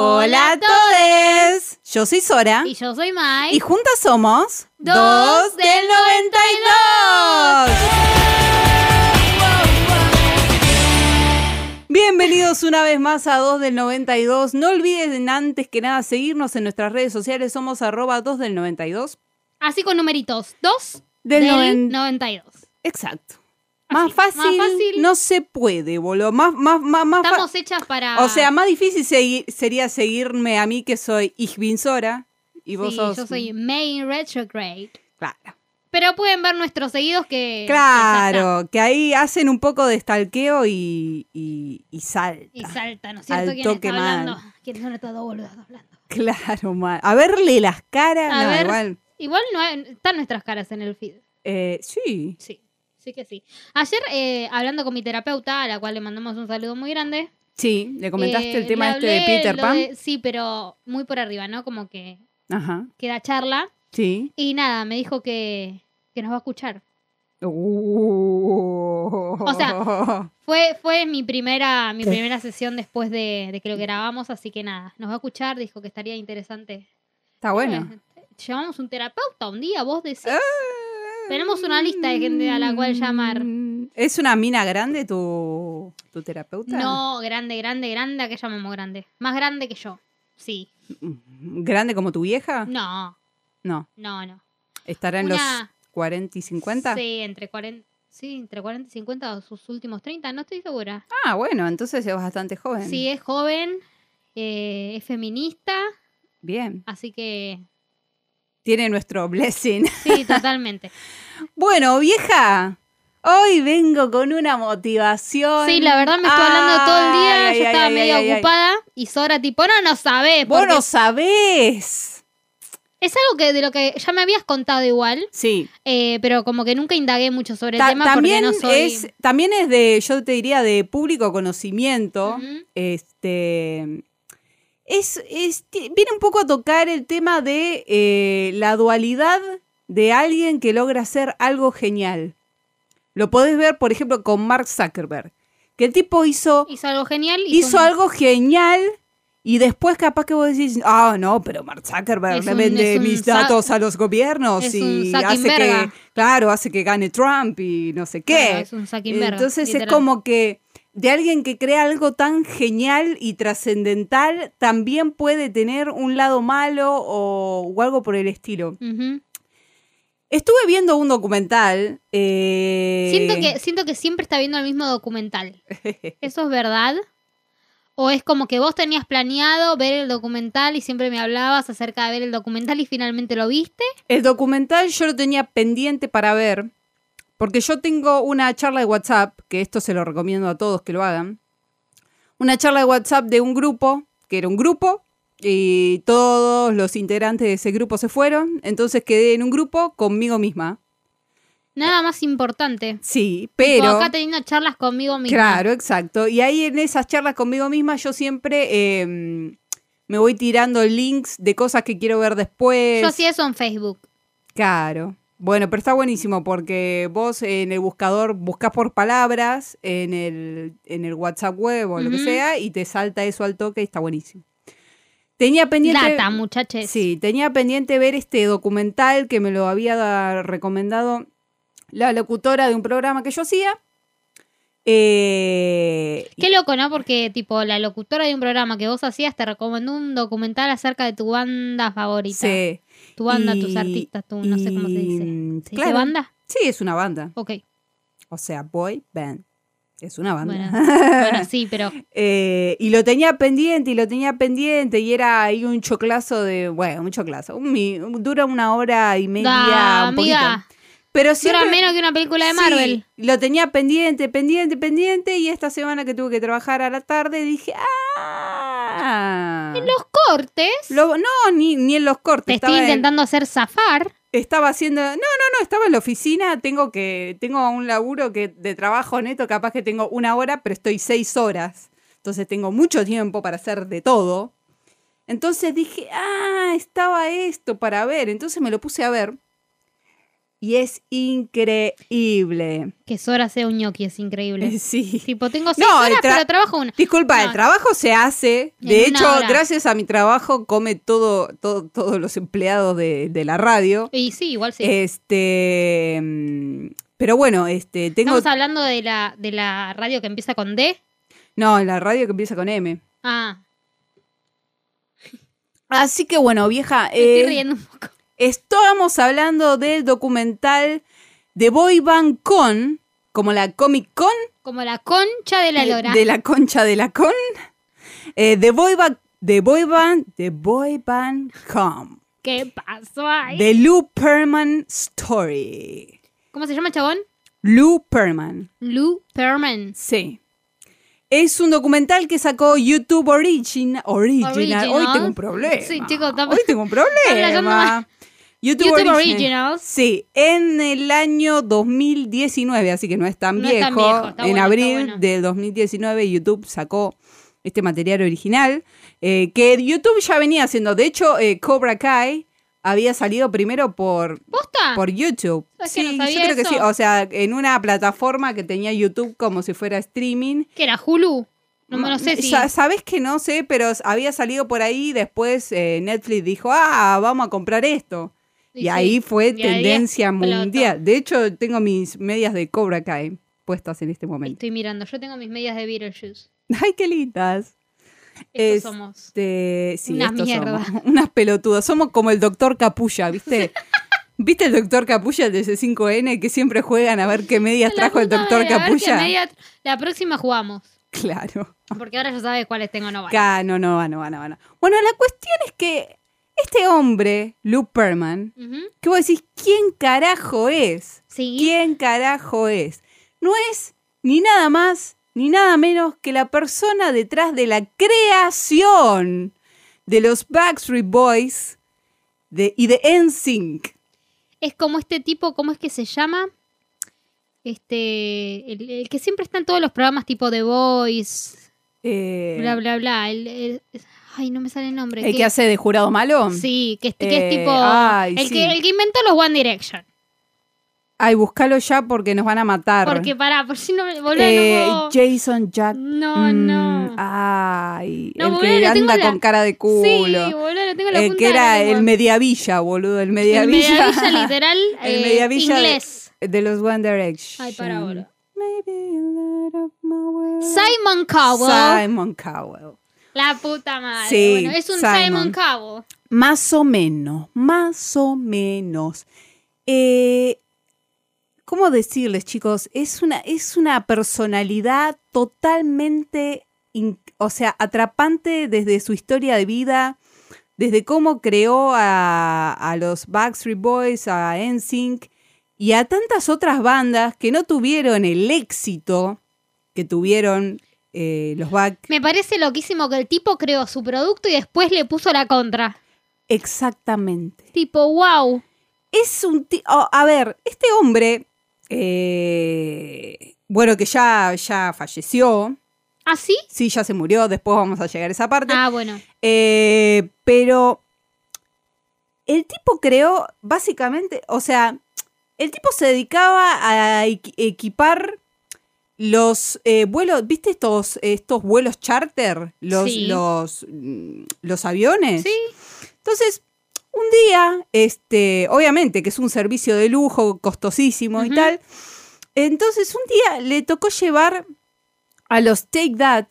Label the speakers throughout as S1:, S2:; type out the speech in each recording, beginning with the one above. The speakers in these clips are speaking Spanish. S1: Hola a todos. Yo soy Sora.
S2: Y yo soy Mai.
S1: Y juntas somos.
S2: Dos
S1: ¡Dos del
S2: del
S1: 92. Bienvenidos una vez más a 2 del 92. No olviden antes que nada seguirnos en nuestras redes sociales. Somos arroba 2 del 92.
S2: Así con numeritos. Dos
S1: Del
S2: del,
S1: noven-
S2: 92.
S1: Exacto.
S2: Así,
S1: Más fácil,
S2: más fácil.
S1: no se puede, boludo. Más, más, más, más fa-
S2: Estamos hechas para.
S1: O sea, más difícil segui- sería seguirme a mí que soy Ichbin Sora y vos
S2: Sí,
S1: sos.
S2: yo soy Main Retrograde.
S1: Claro.
S2: Pero pueden ver nuestros seguidos que. que
S1: Claro, que ahí hacen un poco de stalkeo y, y, y salta.
S2: saltan. Y salta, ¿no es
S1: Al
S2: cierto? ¿Quién
S1: toque
S2: está
S1: mal.
S2: hablando? ¿Quiénes son estos dos boludos hablando?
S1: Claro, mal. A verle las caras,
S2: A
S1: no,
S2: ver.
S1: igual.
S2: Igual no hay- están nuestras caras en el feed.
S1: Eh, sí.
S2: Sí, sí que sí. Ayer, eh, hablando con mi terapeuta, a la cual le mandamos un saludo muy grande.
S1: Sí, le comentaste
S2: eh,
S1: el tema
S2: le
S1: este de
S2: hablé
S1: Peter
S2: lo
S1: Pan.
S2: de- sí, pero muy por arriba, ¿no? Como que
S1: Ajá.
S2: queda charla.
S1: Sí.
S2: Y nada, me dijo que, que nos va a escuchar.
S1: O
S2: sea, Fue, fue mi primera, mi primera sesión después de, de que lo grabamos, así que nada, nos va a escuchar, dijo que estaría interesante.
S1: Está bueno.
S2: Eh, Llamamos un terapeuta un día, vos decís.
S1: Ah.
S2: Tenemos una lista de gente a la cual llamar.
S1: ¿Es una mina grande tu, tu terapeuta?
S2: No, grande, grande, grande, ¿a qué llamamos grande? Más grande que yo. Sí.
S1: ¿Grande como tu vieja?
S2: No,
S1: No.
S2: no, no.
S1: ¿Estará Ah. en
S2: Una-
S1: los 40 y 50?
S2: Sí, entre 40, sí, entre 40 y 50 o sus últimos 30, no estoy segura.
S1: Ah, bueno, entonces es bastante joven.
S2: Sí, es joven, eh, es feminista,
S1: Bien.
S2: así que
S1: Tiene nuestro blessing.
S2: sí, totalmente.
S1: Bueno, vieja, hoy vengo con una motivación.
S2: Sí, la verdad me estuvo hablando todo el día,
S1: Ay,
S2: yo
S1: ay,
S2: estaba
S1: ay,
S2: medio
S1: ay, ay.
S2: ocupada y Sora tipo, no, no sabés.
S1: Vos
S2: porque
S1: no sabés.
S2: Es algo que de lo que ya me habías contado igual,
S1: Sí.
S2: eh, pero como que nunca indagué mucho sobre
S1: Ta-
S2: el tema
S1: también,
S2: porque no soy...
S1: es, también es de, yo te diría, de público conocimiento.
S2: Ujú.
S1: Este. Es, es- ti- viene un poco a tocar el tema de eh, la dualidad de alguien que logra hacer algo genial. Lo podés ver, por ejemplo, con Mark Zuckerberg. Que el tipo hizo
S2: Hizo algo genial.
S1: hizo
S2: un-
S1: algo genial y después capaz que vos decís, ah, no, pero Mark Zuckerberg
S2: Es
S1: le
S2: un-
S1: vende
S2: es un
S1: mis
S2: Zac-
S1: datos a los gobiernos
S2: es
S1: y
S2: un
S1: hace que,
S2: Zuckerberga.
S1: claro, hace que gane Trump y no sé
S2: Claro,
S1: qué.
S2: es un Zuckerberg,
S1: Entonces es
S2: literal.
S1: como que de alguien que crea algo tan genial y trascendental, también puede tener un lado malo o, o algo por el estilo.
S2: Ujú.
S1: Estuve viendo un documental. eh,
S2: Siento, que, siento que siempre está viendo el mismo documental. ¿Eso es verdad? ¿O es como que vos tenías planeado ver el documental y siempre me hablabas acerca de ver el documental y finalmente lo viste?
S1: El documental yo lo tenía pendiente para ver, porque yo tengo una charla de WhatsApp, que esto se lo recomiendo a todos que lo hagan, una charla de WhatsApp de un grupo, que era un grupo, y todos los integrantes de ese grupo se fueron, entonces quedé en un grupo conmigo misma.
S2: Nada más importante.
S1: Sí,
S2: Tipo,
S1: pero...
S2: acá teniendo charlas conmigo misma.
S1: Claro, exacto. Y ahí en esas charlas conmigo misma yo siempre eh, me voy tirando links de cosas que quiero ver después.
S2: Yo hacía eso en Facebook.
S1: Claro. Bueno, pero está buenísimo porque vos en el buscador buscas por palabras en el, en el WhatsApp web o lo que
S2: Ujú.
S1: sea y te salta eso al toque y está buenísimo. Tenía pendiente.
S2: Plata, muchachos.
S1: Sí, tenía pendiente ver este documental que me lo había da- recomendado la locutora de un programa que yo hacía. Eh,
S2: Qué loco, ¿no? Porque, tipo, la locutora de un programa que vos hacías te recomendó un documental acerca de tu banda favorita.
S1: sí.
S2: Tu banda,
S1: Y-
S2: tus artistas, tu no sé cómo se
S1: y-
S2: dice. ¿Se dice
S1: claro.
S2: banda?
S1: Sí, es una banda.
S2: Ok.
S1: O sea, boy band. Es una banda.
S2: Bueno, bueno, sí, pero
S1: Eh, y lo tenía pendiente y lo tenía pendiente y era ahí un choclazo de, bueno, un choclazo, un mi- dura una hora y media,
S2: Da,
S1: un poquito.
S2: amiga.
S1: Pero
S2: Dura
S1: siempre,
S2: menos que una película de
S1: sí,
S2: Marvel.
S1: lo tenía pendiente, pendiente, pendiente y esta semana que tuve que trabajar a la tarde dije, ah,
S2: Los cortes.
S1: Lo- no, ni, ni en los cortes.
S2: Te estoy
S1: estaba en-
S2: intentando hacer zafar.
S1: estaba haciendo, no, no, no, estaba en la oficina, tengo que, tengo un laburo que de trabajo neto, capaz que tengo una hora, pero estoy seis horas. Entonces tengo mucho tiempo para hacer de todo. Entonces dije, ah, estaba esto para ver. Entonces me lo puse a ver. y es increíble.
S2: Que Sora sea un ñoqui es increíble.
S1: Sí.
S2: Tipo, tengo seis
S1: No, el
S2: horas,
S1: tra-
S2: pero trabajo una.
S1: Disculpa,
S2: No.
S1: el trabajo se hace.
S2: En
S1: De
S2: una
S1: hecho,
S2: hora.
S1: gracias a mi trabajo come todo, todo- todos los empleados de, de la radio.
S2: Y sí, igual
S1: Eh,
S2: sí.
S1: Este, mm, pero bueno, este, tengo
S2: Estamos hablando de la, de la radio que empieza con D.
S1: no la radio que empieza con M.
S2: Ah,
S1: Así que bueno, vieja,
S2: me
S1: eh,
S2: estoy riendo un poco.
S1: estábamos hablando del documental de Boy Band Con, como la Comic Con eh,
S2: Como la concha de la lora.
S1: de la concha de la con, eh, de Boy Band, de Boy Band, de Boy Band Com,
S2: ¿Qué pasó ahí?
S1: de Lou Perman Story.
S2: ¿Cómo se llama el chabón?
S1: Lou Perman.
S2: Lou Perman.
S1: Sí. Es un documental que sacó YouTube Origin, Original.
S2: Original.
S1: Hoy tengo un problema.
S2: Sí, chicos, estamos-
S1: Hoy tengo un
S2: hablando mal.
S1: problema. YouTube,
S2: YouTube
S1: Original.
S2: Originals.
S1: Sí, en el año 2019, así que no es tan
S2: No es
S1: viejo.
S2: tan viejo, está
S1: en
S2: bueno, está
S1: abril
S2: bueno.
S1: del 2019 YouTube sacó este material original eh, que YouTube ya venía haciendo. De hecho, eh, Cobra Kai había salido primero por
S2: ¿Posta?
S1: por YouTube.
S2: ¿Sabes que
S1: Sí,
S2: no
S1: yo
S2: sabía
S1: creo que
S2: eso?
S1: sí. O sea, en una plataforma que tenía YouTube como si fuera streaming.
S2: ¿Qué era? ¿Hulu? No me lo sé si...
S1: Sa- Sabes que no sé, pero s- había salido por ahí. Después eh, Netflix dijo, ah, vamos a comprar esto. Y,
S2: sí.
S1: ahí fue
S2: Y ahí
S1: tendencia
S2: explotó.
S1: mundial. De hecho, tengo mis medias de Cobra Kai puestas en este momento.
S2: Estoy mirando. Yo tengo mis medias de Beetlejuice.
S1: Ay, qué lindas.
S2: Estos
S1: Es-
S2: somos.
S1: Este, sí,
S2: Una
S1: estos
S2: mierda.
S1: somos unas pelotudas. Somos como el doctor Capulla, ¿viste? ¿Viste el doctor Capulla del C5N que siempre juegan a ver qué medias
S2: La
S1: trajo el
S2: puta
S1: doctor
S2: madre, a ver qué
S1: Capulla?
S2: media- La próxima jugamos.
S1: Claro.
S2: Porque ahora ya sabes cuáles tengo no vale.
S1: Acá, no, no, no, no, no, no. Bueno, la cuestión es que este hombre, Lou Perman,
S2: Ujú.
S1: que vos decís, ¿quién carajo es?
S2: Sí.
S1: ¿Quién carajo es? No es ni nada más ni nada menos que la persona detrás de la creación de los Backstreet Boys de, y de NSYNC.
S2: Es como este tipo, ¿cómo es que se llama? Este, el, el que siempre está en todos los programas tipo The Voice,
S1: Eh,
S2: bla, bla, bla. El, el- ay, no me sale el nombre.
S1: ¿El que hace de jurado malo?
S2: Sí, que, es- que
S1: Eh,
S2: es tipo...
S1: ay,
S2: el,
S1: sí.
S2: que, el que inventó los One Direction.
S1: Ay, búscalo ya porque nos van a matar.
S2: Porque pará, por si no me... Boludo,
S1: Eh,
S2: no puedo-
S1: Jason Jack
S2: No,
S1: Mm,
S2: no.
S1: Ay,
S2: No,
S1: el
S2: boludo,
S1: que
S2: lo tengo
S1: anda
S2: en la-
S1: con cara de culo.
S2: Sí, boludo, lo tengo en la
S1: el
S2: punta
S1: que
S2: de la
S1: era
S2: lengua.
S1: el Mediavilla, boludo. El
S2: El
S1: Mediavilla.
S2: Mediavilla, literal,
S1: El
S2: eh,
S1: Mediavilla de-
S2: inglés.
S1: de los One Direction.
S2: Ay, pará, boludo.
S1: Maybe a lot of my world.
S2: Simon Cowell.
S1: Simon Cowell.
S2: la puta madre.
S1: Sí,
S2: bueno, es un
S1: Simon.
S2: Simon, Cowell.
S1: Más o menos, más o menos. Eh, ¿Cómo decirles, chicos? Es una, es una personalidad totalmente, in- o sea, atrapante desde su historia de vida, desde cómo creó a, a los Backstreet Boys, a NSYNC y a tantas otras bandas que no tuvieron el éxito que tuvieron eh, los Back.
S2: Me parece loquísimo que el tipo creó su producto y después le puso la contra.
S1: Exactamente.
S2: Tipo, wow.
S1: es un ti- oh, a ver, este hombre, eh, bueno, que ya, ya falleció,
S2: ¿Ah, sí?
S1: sí, ya se murió, después vamos a llegar a esa parte,
S2: Ah, bueno.
S1: eh, pero el tipo creó, básicamente, o sea, el tipo se dedicaba a equi- equipar los eh, vuelos, ¿viste estos, estos vuelos charter? Los,
S2: Sí.
S1: los, mm, los aviones.
S2: Sí.
S1: Entonces, un día, este, obviamente que es un servicio de lujo, costosísimo y
S2: Ujú.
S1: tal. Entonces, un día le tocó llevar a los Take That.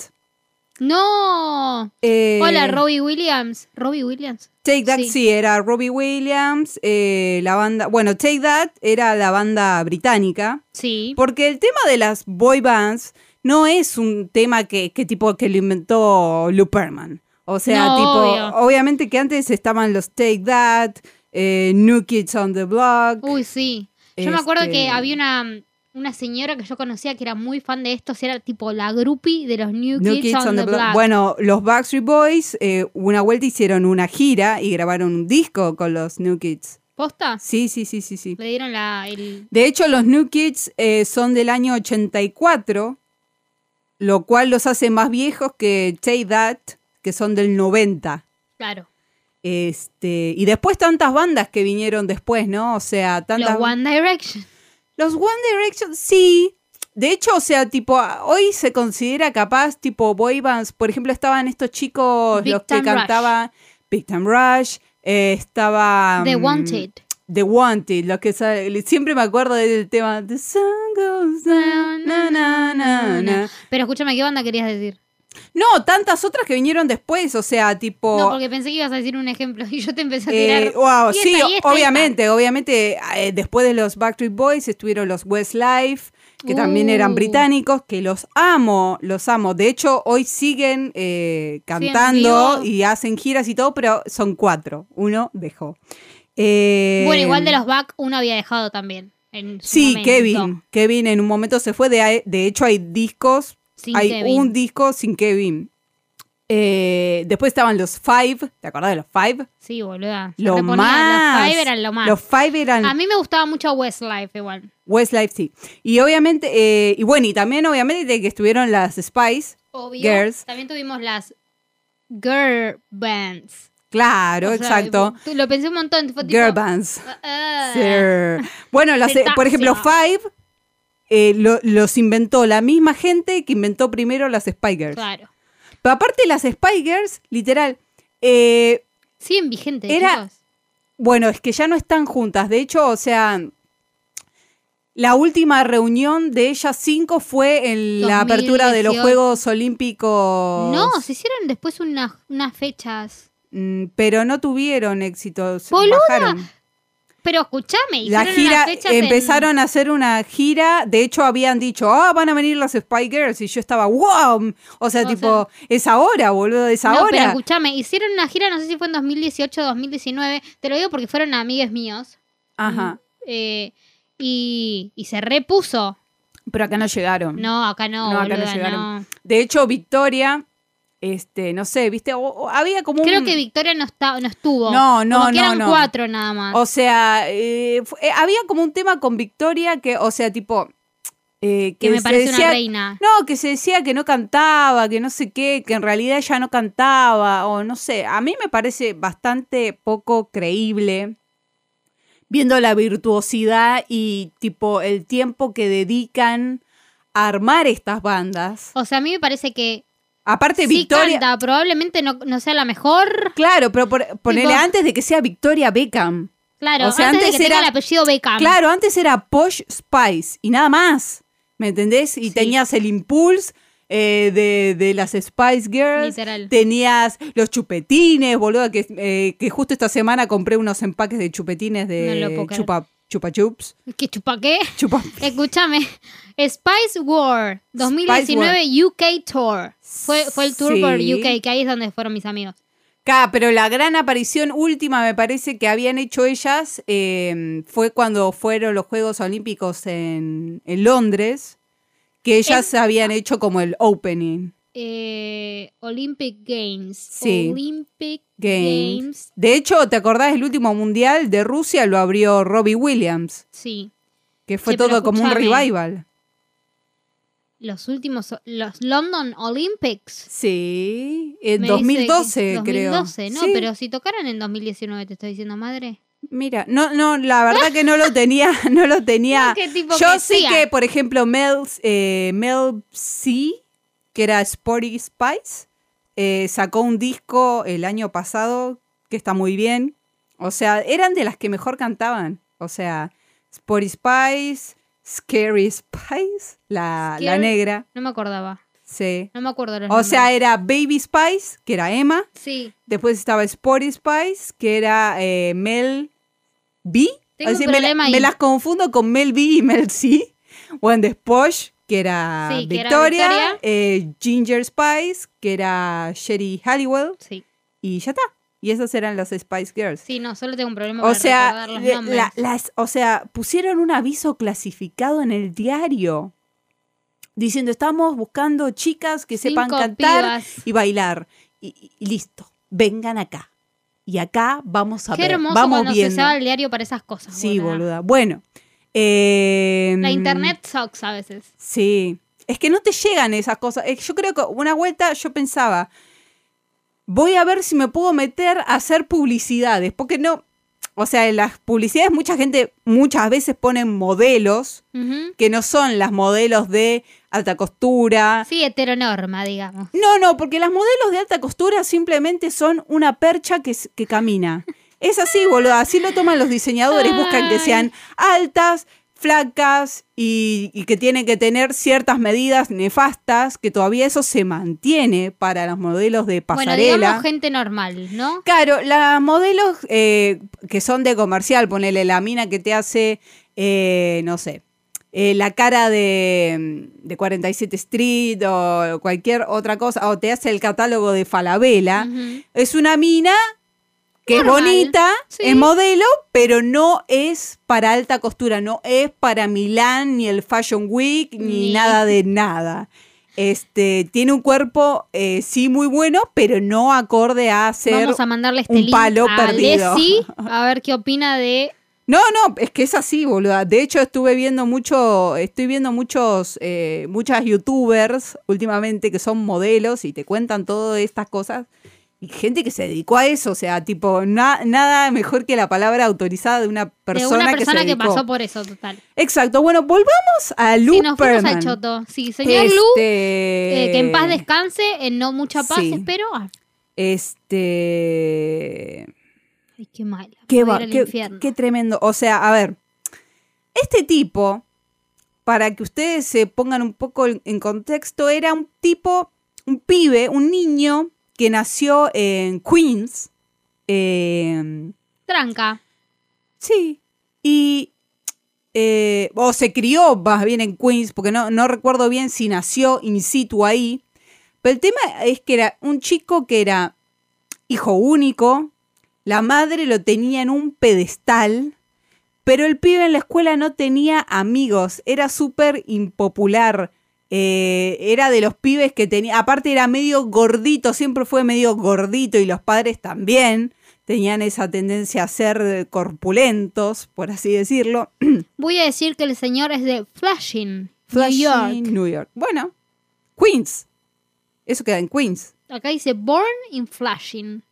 S2: No.
S1: eh,
S2: Hola, Robbie Williams. Robbie Williams.
S1: Take That, sí,
S2: sí.
S1: era Robbie Williams, eh, la banda. Bueno, Take That era la banda británica.
S2: Sí.
S1: Porque el tema de las boy bands no es un tema que, que tipo que lo inventó Luperman. O sea,
S2: No,
S1: tipo,
S2: obvio.
S1: obviamente que antes estaban los Take That, eh, New Kids on the Block.
S2: Uy, sí. Yo me acuerdo
S1: este,
S2: que había una, una señora que yo conocía que era muy fan de estos. Era tipo la groupie de los New, Kids, on, the, Block.
S1: Bueno, los Backstreet Boys eh, una vuelta hicieron una gira y grabaron un disco con los New Kids.
S2: ¿Posta?
S1: Sí, sí, sí, sí, sí.
S2: Le dieron la... El...
S1: De hecho, los New Kids eh, son del año 84, lo cual los hace más viejos que Take That, que son del 90.
S2: Claro.
S1: Este, y después tantas bandas que vinieron después, ¿no? O sea, tantas...
S2: Los One Direction.
S1: Los One Direction, sí. De hecho, o sea, tipo, ah, hoy se considera capaz, tipo, boy bands. Por ejemplo, estaban estos chicos,
S2: Big
S1: los que
S2: Time Rush.
S1: cantaban Big Time Rush, eh, estaba...
S2: The
S1: mm,
S2: Wanted.
S1: The Wanted, los que sa- siempre me acuerdo del tema The Sun Goes Down, na, na, na, na.
S2: Pero escúchame, ¿qué banda querías decir?
S1: No, tantas otras que vinieron después, o sea, tipo...
S2: No, porque pensé que ibas a decir un ejemplo y yo te empecé a tirar.
S1: Eh, wow,
S2: Y esta,
S1: sí,
S2: y esta, y esta.
S1: obviamente, obviamente. eh, después de los Backstreet Boys estuvieron los Westlife, que también eran
S2: Uh.
S1: británicos, que los amo, los amo. De hecho, hoy siguen eh, cantando
S2: vivo.
S1: y hacen giras y todo, pero son cuatro. Uno dejó. Eh,
S2: Bueno, igual de los Back, uno había dejado también. en su
S1: Sí,
S2: momento.
S1: Kevin. Kevin en un momento se fue. De, de hecho, hay discos.
S2: Sin
S1: hay
S2: Kevin.
S1: un disco sin Kevin. Eh, después estaban los Five. ¿Te acordás de los Five?
S2: Sí, boluda. Yo
S1: Lo
S2: te ponía,
S1: más.
S2: Los Five eran lo más.
S1: Los Five eran
S2: A mí me gustaba mucho Westlife igual.
S1: Westlife, sí. Y obviamente, eh, y bueno, y también obviamente de que estuvieron las Spice,
S2: Obvio.
S1: Girls.
S2: También tuvimos las Girl Bands.
S1: claro,
S2: O sea,
S1: exacto.
S2: tú- Lo pensé un montón. fue tipo,
S1: Girl bands.
S2: ah, ah.
S1: Sí. Bueno, las,
S2: Se
S1: eh, por ejemplo,
S2: taxia.
S1: Five eh, lo- los inventó la misma gente que inventó primero las Spy Girls.
S2: Claro.
S1: Pero aparte las Spy Girls, literal, eh,
S2: Siguen vigentes.
S1: Era-
S2: chicos.
S1: Bueno, es que ya no están juntas. De hecho, o sea, la última reunión de ellas cinco fue en la apertura de los
S2: 2018.
S1: Juegos Olímpicos.
S2: No, se hicieron después una- unas fechas.
S1: Mm, pero no tuvieron éxito. se
S2: Boluda,
S1: bajaron.
S2: Pero escúchame,
S1: La
S2: hicieron
S1: gira,
S2: unas fechas en-
S1: empezaron a hacer una gira. De hecho, habían dicho, ah, van a venir las Spy Girls. Y yo estaba, wow. O sea,
S2: O
S1: tipo, es ahora, boludo, es
S2: No, pero
S1: ahora.
S2: escúchame, hicieron una gira, no sé si fue en 2018 o 2019, te lo digo porque fueron amigues míos.
S1: Ajá.
S2: eh, y, y se repuso.
S1: Pero acá no llegaron.
S2: No, acá no,
S1: No, acá no
S2: boluda,
S1: llegaron.
S2: no.
S1: De hecho, Victoria, este, no sé, viste, O- o había como
S2: Creo
S1: un.
S2: que Victoria no, está, no estuvo.
S1: Mm. No, no,
S2: Como que
S1: no,
S2: eran
S1: no.
S2: cuatro nada más.
S1: O sea, eh, fu- eh, había como un tema con Victoria que, o sea, tipo. eh, que,
S2: que me
S1: se
S2: parece
S1: decía-
S2: una reina.
S1: No, que se decía que no cantaba, que no sé qué, que en realidad ella no cantaba, o no sé. A mí me parece bastante poco creíble viendo la virtuosidad y tipo el tiempo que dedican a armar estas bandas.
S2: O sea, a mí me parece que
S1: Aparte,
S2: sí
S1: Victoria.
S2: canta, probablemente no, no sea la mejor.
S1: Claro, pero por- ponele
S2: Tipo-
S1: antes de que sea Victoria Beckham.
S2: Claro,
S1: O sea,
S2: antes,
S1: antes
S2: de que
S1: era-
S2: tenga el apellido Beckham.
S1: Claro, antes era Posh Spice y nada más. ¿Me entendés? Y
S2: Sí.
S1: tenías el impulse eh, de, de las Spice Girls.
S2: Literal.
S1: Tenías los chupetines, boludo, que, eh, que justo esta semana compré unos empaques de chupetines
S2: No lo
S1: de
S2: puedo creer.
S1: chupa, chupa chups.
S2: ¿Qué chupa qué?
S1: Chupa.
S2: Escúchame, Spice War 2019 UK Tour. Fue, fue el tour por
S1: Sí.
S2: UK, que ahí es donde fueron mis amigos.
S1: Ca, pero la gran aparición última, me parece, que habían hecho ellas eh, fue cuando fueron los Juegos Olímpicos en, en Londres, que ellas habían hecho como el opening.
S2: Eh, Olympic Games.
S1: Sí.
S2: Olympic
S1: Games.
S2: Games.
S1: De hecho, ¿te acordás el último mundial de Rusia? Lo abrió Robbie Williams,
S2: Sí.
S1: que fue
S2: Che, pero
S1: todo como un
S2: escúchame.
S1: revival.
S2: Los últimos, los London Olympics.
S1: Sí, en
S2: Me dice
S1: 2012,
S2: que-
S1: creo.
S2: 2012, no,
S1: Sí,
S2: pero si tocaron en 2019, te estoy diciendo, madre.
S1: Mira, no, no, la verdad que no lo tenía, no lo tenía.
S2: No, que tipo
S1: Yo
S2: que
S1: sé
S2: siga.
S1: que, por ejemplo, Mel, eh, Mel C, que era Sporty Spice, eh, sacó un disco el año pasado que está muy bien. O sea, eran de las que mejor cantaban. O sea, Sporty Spice, Scary Spice, la, la
S2: Scary-
S1: negra,
S2: No me acordaba.
S1: sí.
S2: No me acuerdo los
S1: O sea,
S2: nombres.
S1: era Baby Spice, que era Emma.
S2: Sí.
S1: Después estaba Sporty Spice, que era eh, Mel B.
S2: Tengo
S1: Así
S2: un
S1: me la-
S2: problema
S1: me,
S2: ahí.
S1: las confundo con Mel B y Mel C. Wendy Posh, que era
S2: Sí, que era
S1: Victoria.
S2: Victoria.
S1: eh, Ginger Spice, que era Sherry Halliwell.
S2: Sí.
S1: Y ya está. Y esas eran las Spice Girls.
S2: Sí, no, solo tengo un problema
S1: o
S2: para
S1: sea,
S2: recordar los
S1: le-
S2: nombres.
S1: la- las, o sea, pusieron un aviso clasificado en el diario diciendo estamos buscando chicas que sepan
S2: Cinco
S1: cantar
S2: pibas.
S1: y bailar. Y, y listo, vengan acá. Y acá vamos a
S2: Qué
S1: ver,
S2: hermoso
S1: vamos
S2: cuando se
S1: viendo.
S2: usaba el diario para esas cosas.
S1: Sí, boluda. Bueno. eh,
S2: La internet sucks a veces.
S1: Eh, Sí. Es que no te llegan esas cosas. Es que Yo creo que una vuelta yo pensaba, voy a ver si me puedo meter a hacer publicidades, porque no, o sea, en las publicidades mucha gente muchas veces ponen modelos
S2: Ujú.
S1: que no son las modelos de alta costura.
S2: Sí, heteronorma, digamos.
S1: No, no, porque las modelos de alta costura simplemente son una percha que, s- que camina. Es así, boludo, así lo toman los diseñadores, buscan que
S2: Ay.
S1: sean altas, flacas y, y que tienen que tener ciertas medidas nefastas, que todavía eso se mantiene para los modelos de pasarela.
S2: Bueno, digamos gente normal, ¿no?
S1: Claro, las modelos eh, que son de comercial, ponele la mina que te hace, eh, no sé, eh, la cara de, de 47 Street o cualquier otra cosa, o te hace el catálogo de Falabella,
S2: Ujú.
S1: es una mina que
S2: Mm. Normal,
S1: es bonita,
S2: sí.
S1: es modelo, pero no es para alta costura, no es para Milán, ni el Fashion Week, ni
S2: Ni-
S1: nada de nada. Este, tiene un cuerpo, eh, sí, muy bueno, pero no acorde a ser...
S2: Vamos a mandarle este
S1: un
S2: link
S1: palo
S2: a
S1: perdido.
S2: Desi, a ver qué opina de
S1: No, no, es que es así, boluda. De hecho, estuve viendo mucho, estoy viendo muchos, eh, muchas youtubers últimamente que son modelos y te cuentan todas estas cosas. Y gente que se dedicó a eso, o sea, tipo, na- nada mejor que la palabra autorizada de una
S2: de
S1: persona,
S2: una persona
S1: que se
S2: que,
S1: dedicó.
S2: pasó por eso, total.
S1: Exacto, bueno, volvamos a Lu
S2: Sí, nos fuimos
S1: Perlman.
S2: al choto. Sí, señor Lu,
S1: Este-
S2: eh, que en paz descanse, en no mucha paz,
S1: sí.
S2: espero. Ah,
S1: Este...
S2: Ay, qué mala.
S1: Qué,
S2: Voy a
S1: va-
S2: ir al
S1: qué-
S2: infierno.
S1: qué tremendo. O sea, a ver, este tipo, para que ustedes se pongan un poco en- en contexto, era un tipo, un pibe, un niño que nació en Queens. eh,
S2: Tranca.
S1: sí. Y. eh, o se crió más bien en Queens, porque no, no recuerdo bien si nació in situ ahí. Pero el tema es que era un chico que era hijo único, la madre lo tenía en un pedestal, pero el pibe en la escuela no tenía amigos, era súper impopular. eh, era de los pibes que tenía, aparte era medio gordito, siempre fue medio gordito y los padres también tenían esa tendencia a ser eh, corpulentos, por así decirlo.
S2: Voy a decir que el señor es de Flushing, New
S1: Flushing,
S2: York.
S1: New York. Bueno, Queens. Eso queda en Queens.
S2: Acá dice Born in Flushing.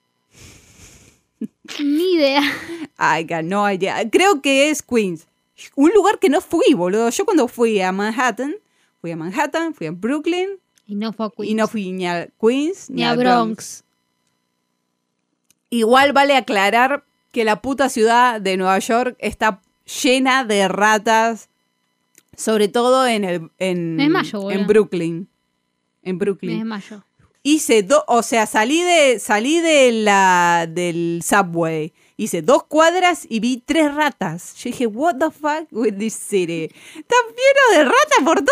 S2: Ni idea.
S1: I got no idea. Creo que es Queens. Un lugar que no fui, boludo. Yo cuando fui a Manhattan, fui a Manhattan, fui a Brooklyn
S2: Y no fue a Queens.
S1: y no fui ni a Queens
S2: Ni a Bronx.
S1: Igual vale aclarar que la puta ciudad de Nueva York está llena de ratas, sobre todo en el en,
S2: Me desmayo, boluda.
S1: en Brooklyn. En
S2: Me
S1: Brooklyn.
S2: desmayo.
S1: Hice dos, o sea, salí de salí de la del subway. Hice dos cuadras y vi tres ratas. Yo dije, what the fuck with this city? Está lleno de ratas por todos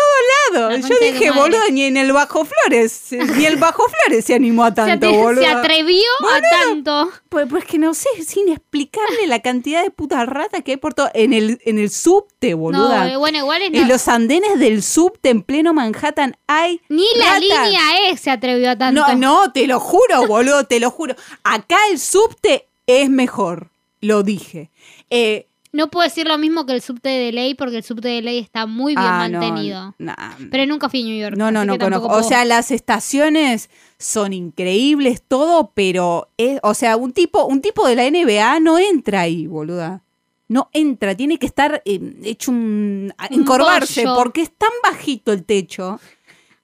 S2: La
S1: lados.
S2: concha
S1: Yo
S2: de tu
S1: dije,
S2: madre.
S1: boludo, ni en el Bajo Flores, ni el Bajo Flores se animó a
S2: Se,
S1: tanto,
S2: atre- se
S1: boludo.
S2: atrevió a tanto.
S1: Pues, pues que no sé, es inexplicable la cantidad de putas ratas que hay por todo. En el, en el subte, boluda.
S2: No, eh, bueno, igual es no-
S1: En los andenes del subte en pleno Manhattan hay.
S2: Ni la
S1: ratas.
S2: línea E se atrevió a tanto.
S1: No, no, te lo juro, boludo, te lo juro. Acá el subte es mejor, lo dije. Eh,
S2: No puedo decir lo mismo que el subte de ley porque el subte de ley está muy bien
S1: ah, no,
S2: mantenido.
S1: nah.
S2: Pero nunca fui a New York.
S1: No, no,
S2: así
S1: no
S2: que tampoco
S1: conozco.
S2: puedo-
S1: O sea, las estaciones son increíbles, todo, pero es, o sea, un tipo, un tipo de la NBA no entra ahí, boluda. No entra, tiene que estar eh, hecho un. a-
S2: Un
S1: encorvarse,
S2: bollo.
S1: porque es tan bajito el techo.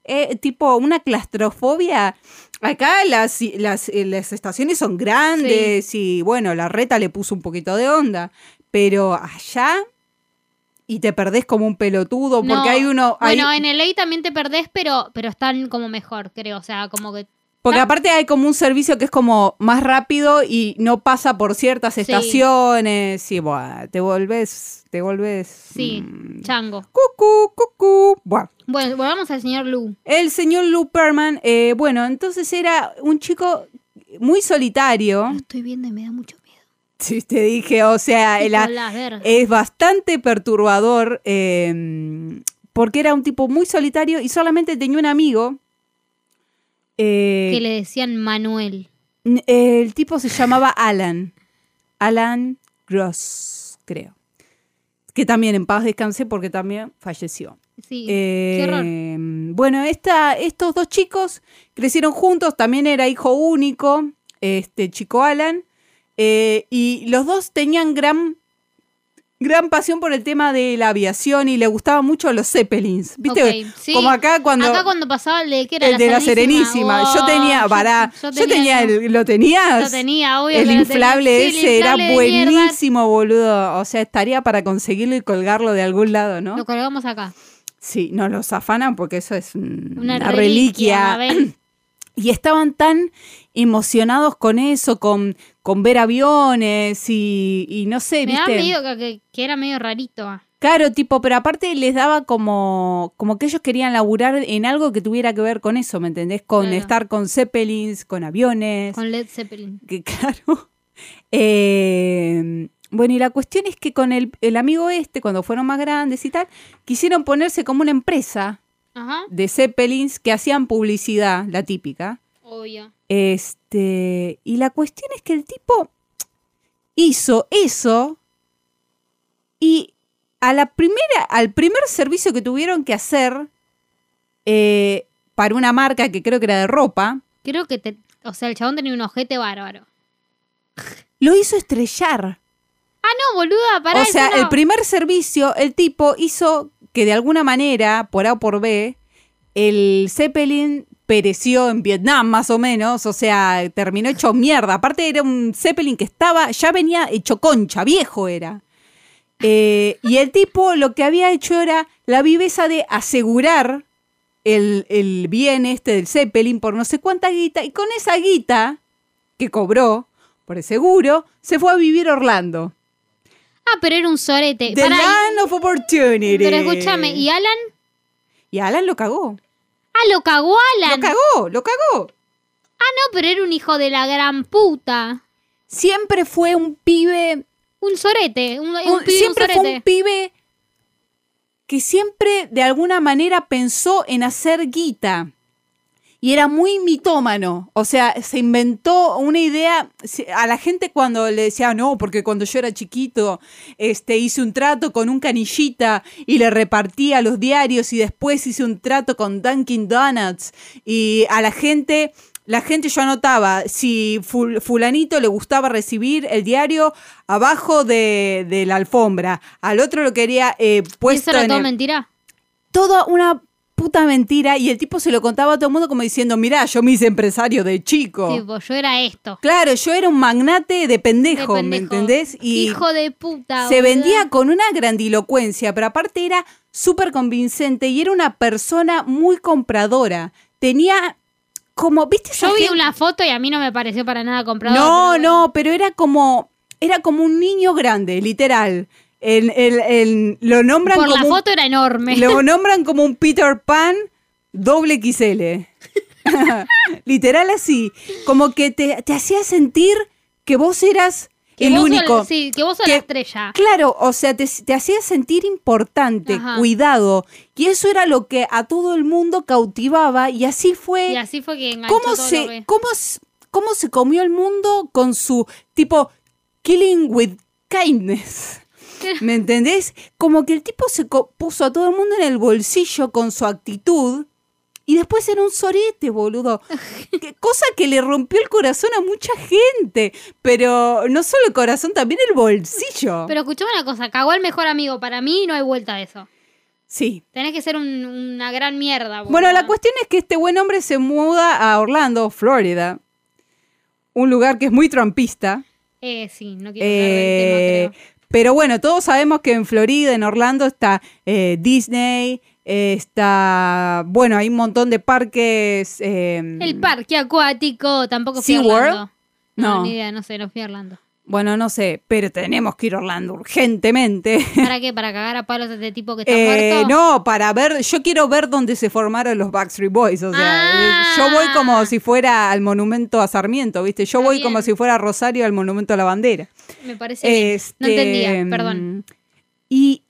S1: Eh, tipo, una claustrofobia. Acá las, las, eh, las estaciones son grandes y bueno, la reta le puso un poquito de onda. Pero allá. Y te perdés como un pelotudo, porque
S2: No.
S1: hay uno. hay-
S2: Bueno, en el ley también te perdés, pero, pero están como mejor, creo. O sea, como que.
S1: Porque
S2: Ah.
S1: aparte hay como un servicio que es como más rápido y no pasa por ciertas
S2: Sí.
S1: estaciones y buah, te volvés, te volvés.
S2: Sí,
S1: mm,
S2: chango.
S1: cucú, cucú. Buah.
S2: Bueno, volvamos al señor Lu.
S1: El señor Lou Perman, eh, bueno, entonces era un chico muy solitario.
S2: Lo estoy viendo y me da mucho miedo.
S1: Sí, te dije, o sea, la- eh,
S2: Nicolás, ver.
S1: es bastante perturbador eh, porque era un tipo muy solitario y solamente tenía un amigo. eh,
S2: que le decían Manuel.
S1: N- eh, El tipo se llamaba Alan. Alan Gross, creo. Que también en paz descanse porque también falleció.
S2: Sí,
S1: Eh,
S2: qué horror.
S1: bueno, esta, estos dos chicos crecieron juntos, también era hijo único, este chico Alan, eh, y los dos tenían gran, gran pasión por el tema de la aviación y le gustaban mucho los Zeppelins. ¿Viste?
S2: Ok, sí.
S1: Como acá cuando...
S2: Acá cuando pasaba el de que era oh,
S1: el de la Serenísima, yo
S2: wow,
S1: tenía, pará, yo, tenía, el- lo tenías.
S2: Lo tenía, obvio.
S1: El
S2: que lo tenía.
S1: inflable
S2: Sí, el inflable
S1: ese
S2: de
S1: era
S2: mierda.
S1: buenísimo, boludo. O sea, estaría para conseguirlo y colgarlo de algún lado, ¿no?
S2: Lo colgamos acá.
S1: Sí, no los afanan porque eso es un-
S2: Una, reliquia. Mabel.
S1: Y estaban tan emocionados con eso, con, con ver aviones y, y no sé,
S2: Me da
S1: ¿viste?
S2: medio que, que- que era medio rarito. ah.
S1: Claro, tipo, pero aparte les daba como, como que ellos querían laburar en algo que tuviera que ver con eso, ¿me entendés? Con
S2: Claro.
S1: estar con Zeppelins, con aviones.
S2: Con Led Zeppelin.
S1: Que claro. Eh, bueno, y la cuestión es que con el, el amigo este, cuando fueron más grandes y tal, quisieron ponerse como una empresa
S2: Ajá,
S1: de Zeppelins que hacían publicidad, la típica.
S2: obvio.
S1: Este, y la cuestión es que el tipo hizo eso y a la primera, al primer servicio que tuvieron que hacer eh, para una marca que creo que era de ropa,
S2: Creo que, te- o sea, el chabón tenía un ojete bárbaro.
S1: lo hizo estrellar.
S2: No, boluda, pará.
S1: o
S2: eso
S1: sea,
S2: no.
S1: el primer servicio, el tipo hizo que de alguna manera, por A o por B, el Zeppelin pereció en Vietnam, más o menos. O sea, terminó hecho mierda. Aparte, era un Zeppelin que estaba, ya venía hecho concha, viejo era. Eh, y el tipo lo que había hecho era la viveza de asegurar el, el bien este del Zeppelin por no sé cuánta guita. Y con esa guita que cobró por el seguro, se fue a vivir a Orlando.
S2: Ah, pero era un sorete.
S1: The
S2: Pará, y-
S1: Land of Opportunity.
S2: pero escúchame, ¿y Alan?
S1: Y Alan lo cagó.
S2: Ah, lo cagó Alan.
S1: Lo cagó, lo cagó.
S2: No, pero era un hijo de la gran puta.
S1: Siempre fue un pibe.
S2: Un sorete. Un, un
S1: un-
S2: pibe,
S1: siempre
S2: un
S1: fue
S2: sorete.
S1: un pibe que siempre de alguna manera pensó en hacer guita. Y era muy mitómano. O sea, se inventó una idea. se- A la gente cuando le decía, "Ah, no, porque cuando yo era chiquito, este, hice un trato con un canillita y le repartía los diarios y después hice un trato con Dunkin' Donuts. Y a la gente, la gente yo anotaba, si ful- fulanito le gustaba recibir el diario abajo de, de la alfombra, al otro lo quería eh,
S2: ¿Y eso
S1: puesto
S2: era
S1: en
S2: todo
S1: el-
S2: mentira?
S1: toda una puta mentira y el tipo se lo contaba a todo el mundo como diciendo, mirá, yo me hice empresario de chico.
S2: Tipo, yo era esto.
S1: Claro, yo era un magnate de pendejo,
S2: Qué
S1: ¿me
S2: pendejo.
S1: entendés? Y
S2: Hijo de puta.
S1: se
S2: boluda.
S1: vendía con una grandilocuencia, pero aparte era súper convincente y era una persona muy compradora. Tenía como, ¿viste? esa
S2: Yo vi
S1: gente?
S2: una foto y a mí no me pareció para nada comprado.
S1: No, no, pero era como, era como un niño grande, literal. El- el- el- lo nombran
S2: Por la
S1: como un
S2: foto era enorme.
S1: Lo nombran como un Peter Pan doble XL. Literal así. Como que te, te hacía sentir que vos eras
S2: Que
S1: el
S2: vos sos-
S1: único.
S2: sí, que vos sos
S1: que-
S2: la estrella.
S1: Claro, o sea, te, te hacía sentir importante,
S2: Ajá.
S1: cuidado. Y eso era lo que a todo el mundo cautivaba y así fue.
S2: Y así fue que enganchó
S1: ¿Cómo
S2: todo lo
S1: se,
S2: que-
S1: cómo, s- ¿Cómo se comió el mundo con su tipo killing with kindness? ¿Me entendés? Como que el tipo se co- puso a todo el mundo en el bolsillo con su actitud y después era un sorete, boludo. Que- cosa que le rompió el corazón a mucha gente. Pero no solo el corazón, también el bolsillo.
S2: Pero escuchame una cosa, cagó al mejor amigo. Para mí no hay vuelta de eso.
S1: sí.
S2: Tenés que ser un- una gran mierda. boluda.
S1: Bueno, la cuestión es que este buen hombre se muda a Orlando, Florida. Un lugar que es muy trampista.
S2: Eh, sí, no quiero hablar del
S1: Eh,
S2: tema, creo.
S1: pero bueno, todos sabemos que en Florida, en Orlando, está eh, Disney, eh, está. Bueno, hay un montón de parques. eh,
S2: El parque acuático, tampoco fui a
S1: SeaWorld.
S2: Orlando. No,
S1: No.
S2: ni idea, no sé, no fui a Orlando.
S1: Bueno, no sé, pero tenemos que ir a Orlando urgentemente.
S2: ¿Para qué? ¿Para cagar a palos a este tipo que está
S1: Eh,
S2: muerto?
S1: no, para ver, yo quiero ver dónde se formaron los Backstreet Boys, o sea,
S2: Ah.
S1: eh, yo voy como si fuera al monumento a Sarmiento, ¿viste? Yo
S2: Está
S1: voy
S2: bien.
S1: como si fuera a Rosario al monumento a la bandera.
S2: Me parece bien. No
S1: Este,
S2: entendía, perdón.
S1: Y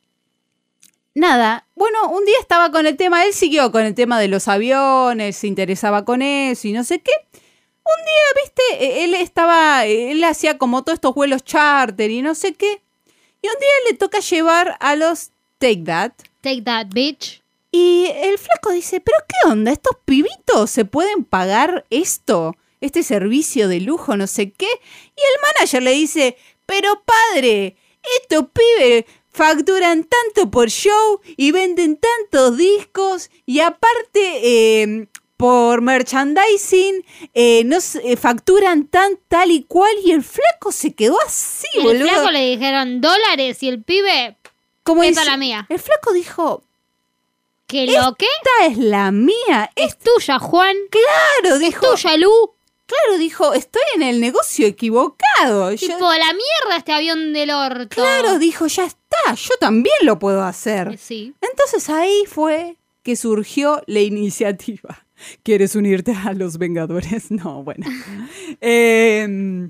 S1: nada, bueno, un día estaba con el tema, él siguió con el tema de los aviones, se interesaba con eso y no sé qué. Un día, viste, eh, él estaba, eh, él hacía como todos estos vuelos charter y no sé qué. Y un día le toca llevar a los Take That
S2: Take that, bitch.
S1: Y el flaco dice, pero ¿qué onda? ¿Estos pibitos se pueden pagar esto? Este servicio de lujo, no sé qué. Y el manager le dice, pero padre, estos pibes facturan tanto por show y venden tantos discos y aparte eh, por merchandising eh, no sé, eh, facturan tan tal y cual y el flaco se quedó así,
S2: Y el
S1: boludo.
S2: flaco le dijeron dólares y el pibe,
S1: Como
S2: esta
S1: dice-
S2: la mía.
S1: El flaco dijo,
S2: ¿Qué lo que?
S1: esta Pues, es la mía.
S2: Es tuya, Juan.
S1: Claro,
S2: Es
S1: dijo.
S2: tuya, Lu.
S1: Claro, dijo, estoy en el negocio equivocado. Yo-
S2: Tipo, la mierda este avión del orto.
S1: claro, dijo, ya está, yo también lo puedo hacer.
S2: Eh, Sí.
S1: Entonces ahí fue que surgió la iniciativa. ¿Quieres unirte a los Vengadores? No, bueno. Eh,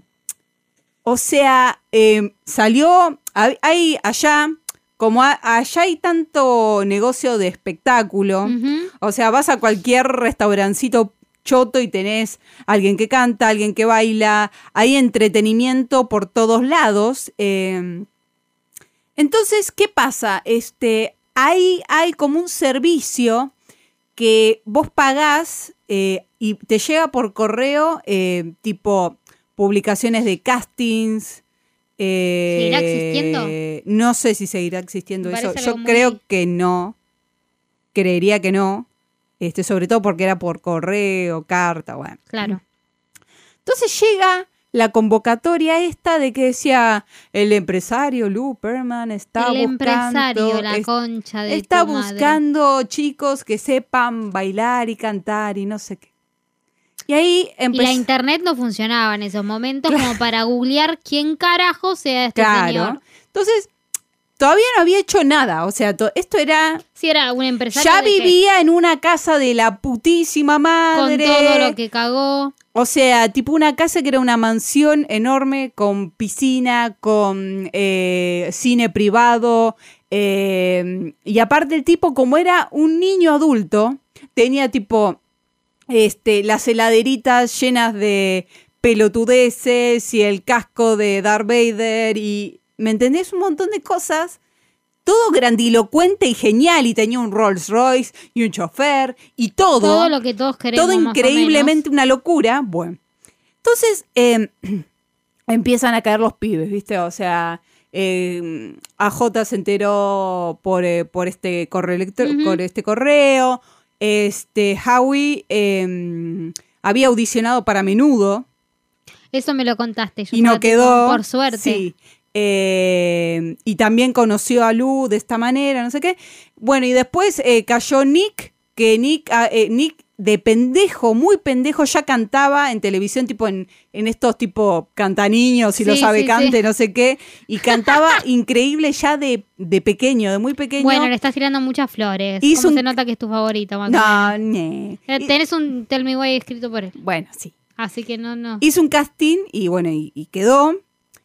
S1: o sea, eh, salió, hay- hay allá, como a- allá hay tanto negocio de espectáculo,
S2: Ujú.
S1: o sea, vas a cualquier restaurancito choto y tenés alguien que canta, alguien que baila, hay entretenimiento por todos lados. eh. Entonces, ¿qué pasa? Este, hay, hay como un servicio que vos pagás eh, y te llega por correo eh, tipo publicaciones de castings. eh,
S2: ¿Seguirá existiendo?
S1: No sé si seguirá existiendo
S2: Me
S1: eso.
S2: parece
S1: Yo
S2: algo muy-
S1: creo que no creería que no, este, sobre todo porque era por correo, carta, bueno.
S2: Claro.
S1: Entonces llega la convocatoria esta de que decía el empresario Lou Perman está
S2: el
S1: buscando
S2: empresario, la
S1: es-
S2: concha de
S1: está
S2: tu madre.
S1: buscando chicos que sepan bailar y cantar y no sé qué. Y
S2: Y
S1: ahí
S2: la
S1: empezó
S2: internet no funcionaba en esos momentos como para googlear quién carajo sea este señor.
S1: claro. Entonces todavía no había hecho nada, o sea, to- esto era
S2: Si era un empresario
S1: ya
S2: de que-
S1: vivía en una casa de la putísima
S2: con
S1: madre.
S2: todo lo que cagó.
S1: O sea, tipo una casa que era una mansión enorme con piscina, con eh, cine privado. eh, y aparte el tipo, como era un niño adulto, tenía tipo este, las heladeritas llenas de pelotudeces y el casco de Darth Vader y, ¿me entendés? Un montón de cosas. Todo grandilocuente y genial y tenía un Rolls Royce y un chofer y todo.
S2: Todo lo que todos queremos.
S1: Todo
S2: más o
S1: increíblemente una locura. Bueno. Entonces eh, empiezan a caer los pibes, ¿viste? O sea, eh, AJ se enteró por, eh, por este correo electro-
S2: Ujú.
S1: por este correo. Este, Howie eh, había audicionado para menudo
S2: menos. Eso me lo contaste. Yo
S1: y no
S2: lo tengo,
S1: quedó.
S2: Por suerte.
S1: Sí. Eh, y también conoció a Lu de esta manera, no sé qué. Bueno, y después eh, cayó Nick, que Nick, ah, eh, Nick de pendejo, muy pendejo, ya cantaba en televisión, tipo en, en estos tipo cantaniños, si lo
S2: Sí,
S1: sabe
S2: sí,
S1: cante, no sé qué. Y cantaba increíble ya de, de pequeño, de muy pequeño.
S2: Bueno, le estás tirando muchas flores.
S1: Hizo
S2: ¿Cómo
S1: un-
S2: se nota que es tu favorito, más o
S1: no, ne.
S2: menos? Eh,
S1: Y-
S2: Tenés un Tell Me Why escrito por él.
S1: Bueno, sí.
S2: Así que no, no.
S1: Hizo un casting y bueno, y, y quedó.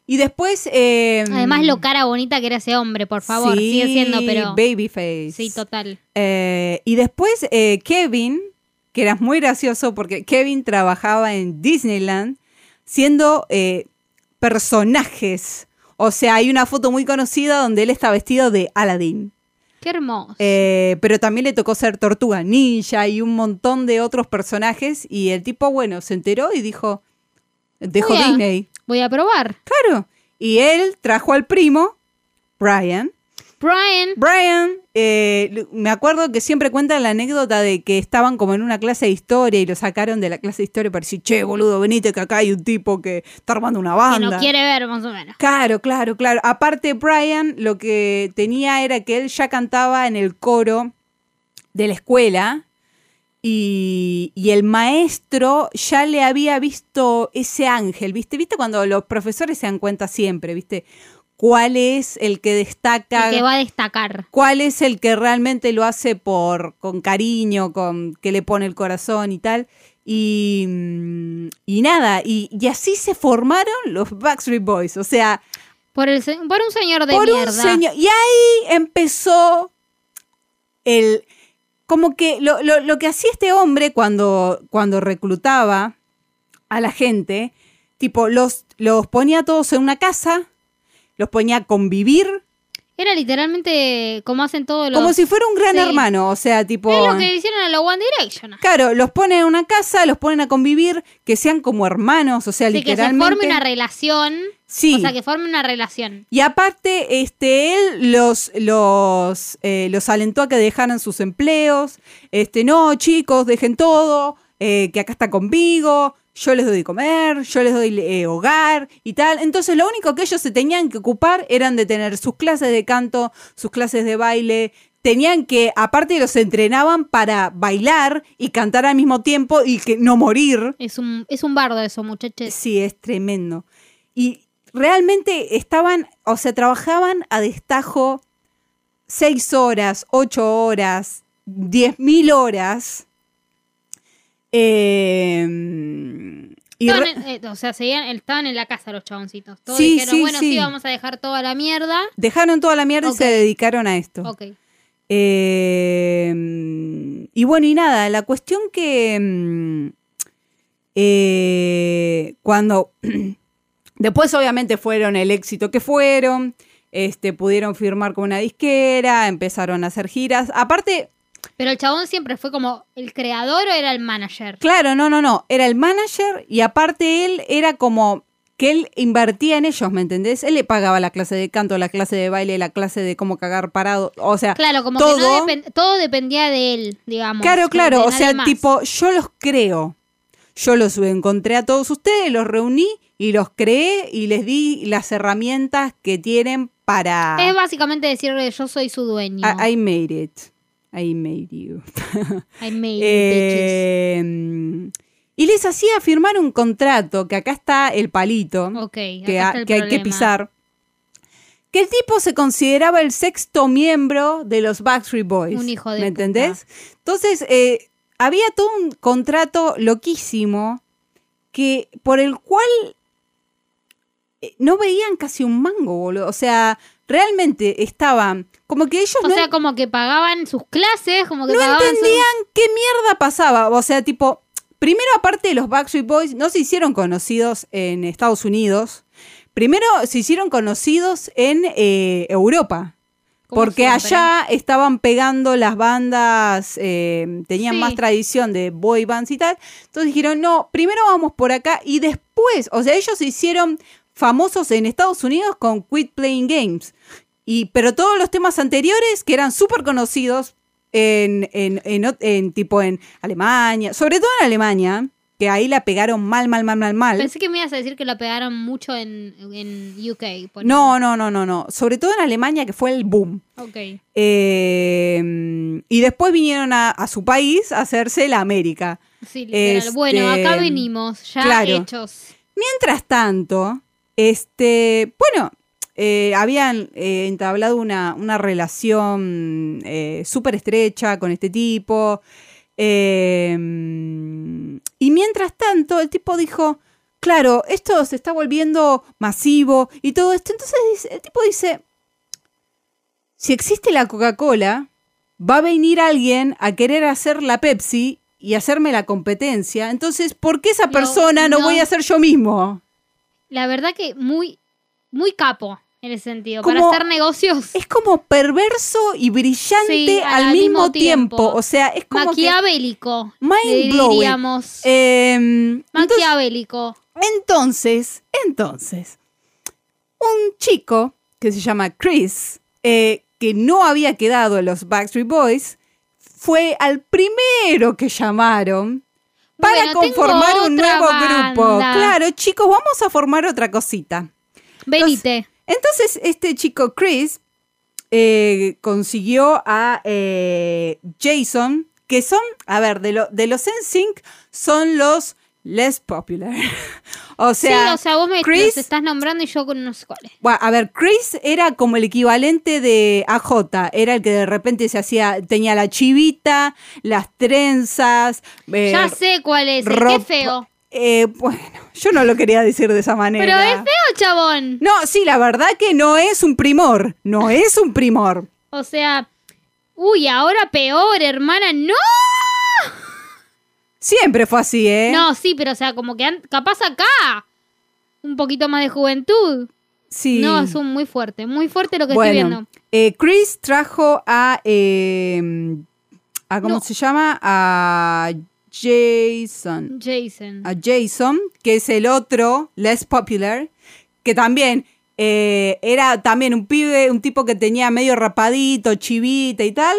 S1: Y después. eh,
S2: Además, lo cara bonita que era ese hombre, por favor.
S1: Sí,
S2: Sigue siendo, pero.
S1: Babyface.
S2: Sí, total.
S1: Eh, y después eh, Kevin, que era muy gracioso porque Kevin trabajaba en Disneyland siendo eh, personajes. O sea, hay una foto muy conocida donde él está vestido de Aladdin.
S2: Qué hermoso.
S1: Eh, pero también le tocó ser Tortuga Ninja y un montón de otros personajes. Y el tipo, bueno, se enteró y dijo, dejo
S2: Voy a-
S1: Disney.
S2: Voy a probar.
S1: Claro. Y él trajo al primo, Brian,
S2: Brian.
S1: Brian, eh, l- me acuerdo que siempre cuentan la anécdota de que estaban como en una clase de historia y lo sacaron de la clase de historia para decir, che, boludo, venite que acá hay un tipo que está armando una
S2: Que
S1: banda.
S2: no quiere ver, más o menos.
S1: Claro, claro, claro. Aparte, Brian lo que tenía era que él ya cantaba en el coro de la escuela y, y el maestro ya le había visto ese ángel, ¿viste? ¿Viste cuando los profesores se dan cuenta siempre, ¿viste? ¿Cuál es el que destaca?
S2: El que va a destacar.
S1: cuál es el que realmente lo hace por con cariño, con que le pone el corazón y tal. Y, mm, y nada, y, y así se formaron los Backstreet Boys. O sea,
S2: Por, el, se- por un señor de
S1: por
S2: mierda.
S1: un señor. Y ahí empezó el. Como que lo, lo- lo que hacía este hombre cuando, cuando reclutaba a la gente, tipo, los, los ponía todos en una casa, los ponía a convivir,
S2: Era literalmente como hacen todos los...
S1: Como si fuera un gran
S2: Sí.
S1: hermano, o sea, tipo...
S2: Es lo que le hicieron a los One Direction.
S1: Claro, los ponen en una casa, los ponen a convivir, que sean como hermanos, o sea,
S2: Así que se
S1: literalmente.
S2: forme una relación.
S1: sí.
S2: O sea, que forme una relación.
S1: Y aparte, este, él los, los, eh, los alentó a que dejaran sus empleos. Este, no, chicos, dejen todo, eh, que acá está conmigo, yo les doy de comer, yo les doy eh, hogar y tal. Entonces, lo único que ellos se tenían que ocupar eran de tener sus clases de canto, sus clases de baile. Tenían que, aparte, los entrenaban para bailar y cantar al mismo tiempo y que no morir.
S2: Es un, es un bardo eso, muchachos.
S1: Sí, es tremendo. Y realmente estaban, o sea, trabajaban a destajo seis horas, ocho horas, diez mil horas. Eh, y
S2: Estaban
S1: re-
S2: en- eh, o sea, seguían, estaban en la casa los chaboncitos. Todos
S1: Sí,
S2: dijeron,
S1: sí,
S2: bueno, sí.
S1: sí.
S2: vamos a dejar toda la mierda.
S1: dejaron toda la mierda
S2: Ok.
S1: y se dedicaron a esto.
S2: Ok.
S1: Eh, y bueno, y nada, la cuestión que mm, eh, cuando después obviamente fueron el éxito que fueron, este, pudieron firmar con una disquera, empezaron a hacer giras. Aparte,
S2: Pero el chabón siempre fue como el creador o era el manager.
S1: claro, no, no, no, era el manager y aparte él era como que él invertía en ellos, ¿me entendés? Él le pagaba la clase de canto, la clase de baile, la clase de cómo cagar parado, o sea,
S2: Claro, como que
S1: Todo.
S2: no depen- todo dependía de él, digamos.
S1: Claro, claro.
S2: de
S1: O
S2: nadie
S1: sea,
S2: más.
S1: tipo, yo los creo. Yo los encontré a todos ustedes, los reuní y los creé y les di las herramientas que tienen para.
S2: Es básicamente decirle yo soy su dueño.
S1: I, I made it. I made you.
S2: I made it,
S1: Eh, y les hacía firmar un contrato, que acá está el palito
S2: bitches. Ok,
S1: que,
S2: acá está
S1: ha-
S2: el
S1: que hay que
S2: problema.
S1: pisar. Que el tipo se consideraba el sexto miembro de los Backstreet Boys.
S2: Un hijo de
S1: ¿Me
S2: puta.
S1: entendés? Entonces, eh, había todo un contrato loquísimo que por el cual eh, no veían casi un mango, boludo. O sea, realmente estaban. Como que ellos
S2: O
S1: no
S2: sea, como que pagaban sus clases, como que pagaban sus-
S1: ¿qué mierda pasaba? O sea, tipo, primero aparte de los Backstreet Boys, no se hicieron conocidos en Estados Unidos. Primero se hicieron conocidos en eh, Europa.
S2: como
S1: Porque
S2: siempre.
S1: allá estaban pegando las bandas, eh, tenían
S2: Sí.
S1: más tradición de boy bands y tal. Entonces dijeron, no, primero vamos por acá y después, o sea, ellos se hicieron famosos en Estados Unidos con Quit Playing Games. Y, pero todos los temas anteriores que eran súper conocidos en, en- en ot- en tipo en Alemania, sobre todo en Alemania, que ahí la pegaron mal, mal, mal, mal, mal.
S2: Pensé que me ibas a decir que lo pegaron mucho en, en UK. por
S1: No, no, no, no, no. Sobre todo en Alemania que fue el boom.
S2: ejemplo. Ok.
S1: Eh, y después vinieron a, a su país a hacerse la América.
S2: Sí, literal.
S1: Este,
S2: Bueno, acá venimos, ya
S1: claro.
S2: hechos.
S1: Mientras tanto, este, bueno, eh, habían eh, entablado una, una relación eh, súper estrecha con este tipo. Eh, y mientras tanto, el tipo dijo, claro, esto se está volviendo masivo y todo esto. Entonces dice- el tipo dice, si existe la Coca-Cola, va a venir alguien a querer hacer la Pepsi y hacerme la competencia. Entonces, ¿por qué esa
S2: No,
S1: persona no,
S2: no.
S1: voy a ser yo mismo?
S2: La verdad que muy, muy capo en ese sentido.
S1: Como-
S2: Para hacer negocios.
S1: Es como perverso y brillante
S2: Sí,
S1: al, mismo, tiempo. O sea, es como
S2: Maquiavélico.
S1: que mind blowing.
S2: Diríamos.
S1: Em, entonces,
S2: maquiavélico.
S1: entonces, entonces, un chico que se llama Chris, eh, que no había quedado en los Backstreet Boys, fue al primero que llamaron para
S2: Bueno, tengo
S1: conformar un
S2: otra
S1: nuevo grupo.
S2: banda.
S1: Claro, chicos, vamos a formar otra cosita.
S2: Venite.
S1: Entonces, este chico Chris eh, consiguió a eh, Jason, que son, a ver, de, lo- de los NSYNC son los less popular. o sea,
S2: sí, o sea, vos me
S1: Chris-
S2: los estás nombrando y yo con unos cuales.
S1: bueno, a ver, Chris era como el equivalente de AJ, era el que de repente se hacía, tenía la chivita, las trenzas. eh,
S2: ya sé cuál es. el
S1: ropa-
S2: Qué feo.
S1: eh, bueno, yo no lo quería decir de esa manera.
S2: Pero es feo, chabón.
S1: No, sí, la verdad que no es un primor, no es un primor.
S2: O sea. Uy, ahora peor, hermana. ¡No!
S1: Siempre fue así, ¿eh?
S2: No, sí, pero o sea, como que an- capaz acá. Un poquito más de juventud.
S1: Sí.
S2: No, es un muy fuerte, muy fuerte lo que
S1: bueno,
S2: estoy viendo.
S1: eh, Chris trajo a. eh, a ¿Cómo
S2: No.
S1: se llama? A Jason.
S2: Jason.
S1: A Jason, que es el otro, less popular, que también. eh, era también un pibe, un tipo que tenía medio rapadito, chivita y tal.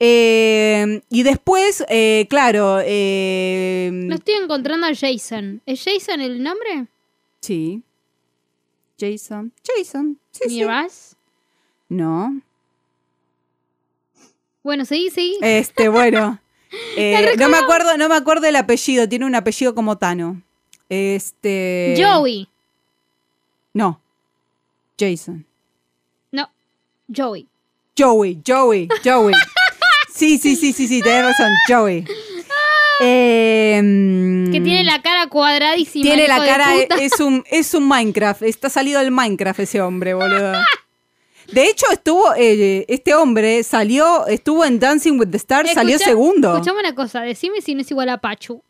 S1: Eh, y después, eh, claro, eh,
S2: No estoy encontrando a Jason. ¿Es Jason el nombre?
S1: sí. Jason, Jason, sí, sí.
S2: Miraz.
S1: No,
S2: Bueno, seguí, seguí.
S1: Este, bueno. Eh, no me acuerdo, no me acuerdo el apellido, tiene un apellido como Tano. Este.
S2: Joey.
S1: No. Jason.
S2: No, Joey.
S1: Joey, Joey, Joey. Sí, sí, sí, sí, sí, tenés razón, Joey. Em,
S2: Ah. Que tiene la cara cuadradísima.
S1: tiene
S2: el
S1: la
S2: hijo de
S1: cara, e,
S2: puta.
S1: es un, es un Minecraft, está salido del Minecraft ese hombre, boludo. De hecho, estuvo, eh, este hombre salió, estuvo en Dancing with the Stars, e, salió
S2: Escuchá-
S1: segundo.
S2: Escuchame una cosa, decime si no es igual a Pachu.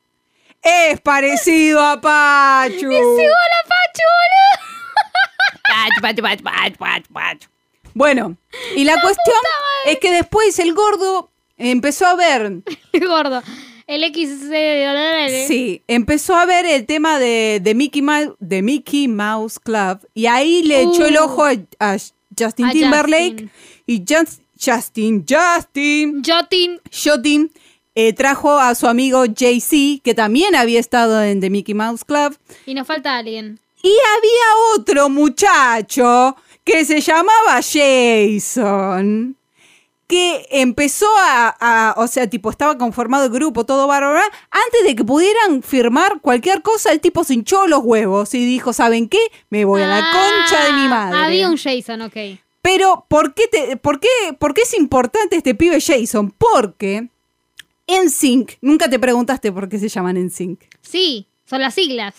S1: Es parecido a Pachu.
S2: ¡Hola, Pachu,
S1: Bueno, y la, cuestión es que después el gordo empezó a ver,
S2: boludo! Gordo. El X. eh,
S1: sí, empezó a ver el tema de, de Mickey Mouse, de Mickey Mouse Club y ahí le echó el
S2: Uh.
S1: ojo a, a Justin
S2: A
S1: Timberlake
S2: Justin.
S1: y Jans- Justin, Justin,
S2: Jotin.
S1: Justin eh, trajo a su amigo Jay-Z, que también había estado en The Mickey Mouse Club,
S2: Y nos falta alguien.
S1: Y había otro muchacho que se llamaba Jason, que empezó a, a- o sea, tipo, estaba conformado el grupo, todo bárbaro. bárbaro. Antes de que pudieran firmar cualquier cosa, el tipo se hinchó los huevos y dijo, ¿saben qué? Me voy a la
S2: Ah,
S1: concha de mi madre.
S2: Había un Jason, ok.
S1: Pero, ¿por qué, te- por, qué, ¿por qué es importante este pibe Jason? Porque en Sync, nunca te preguntaste por qué se llaman en Sync
S2: Sí, son las siglas.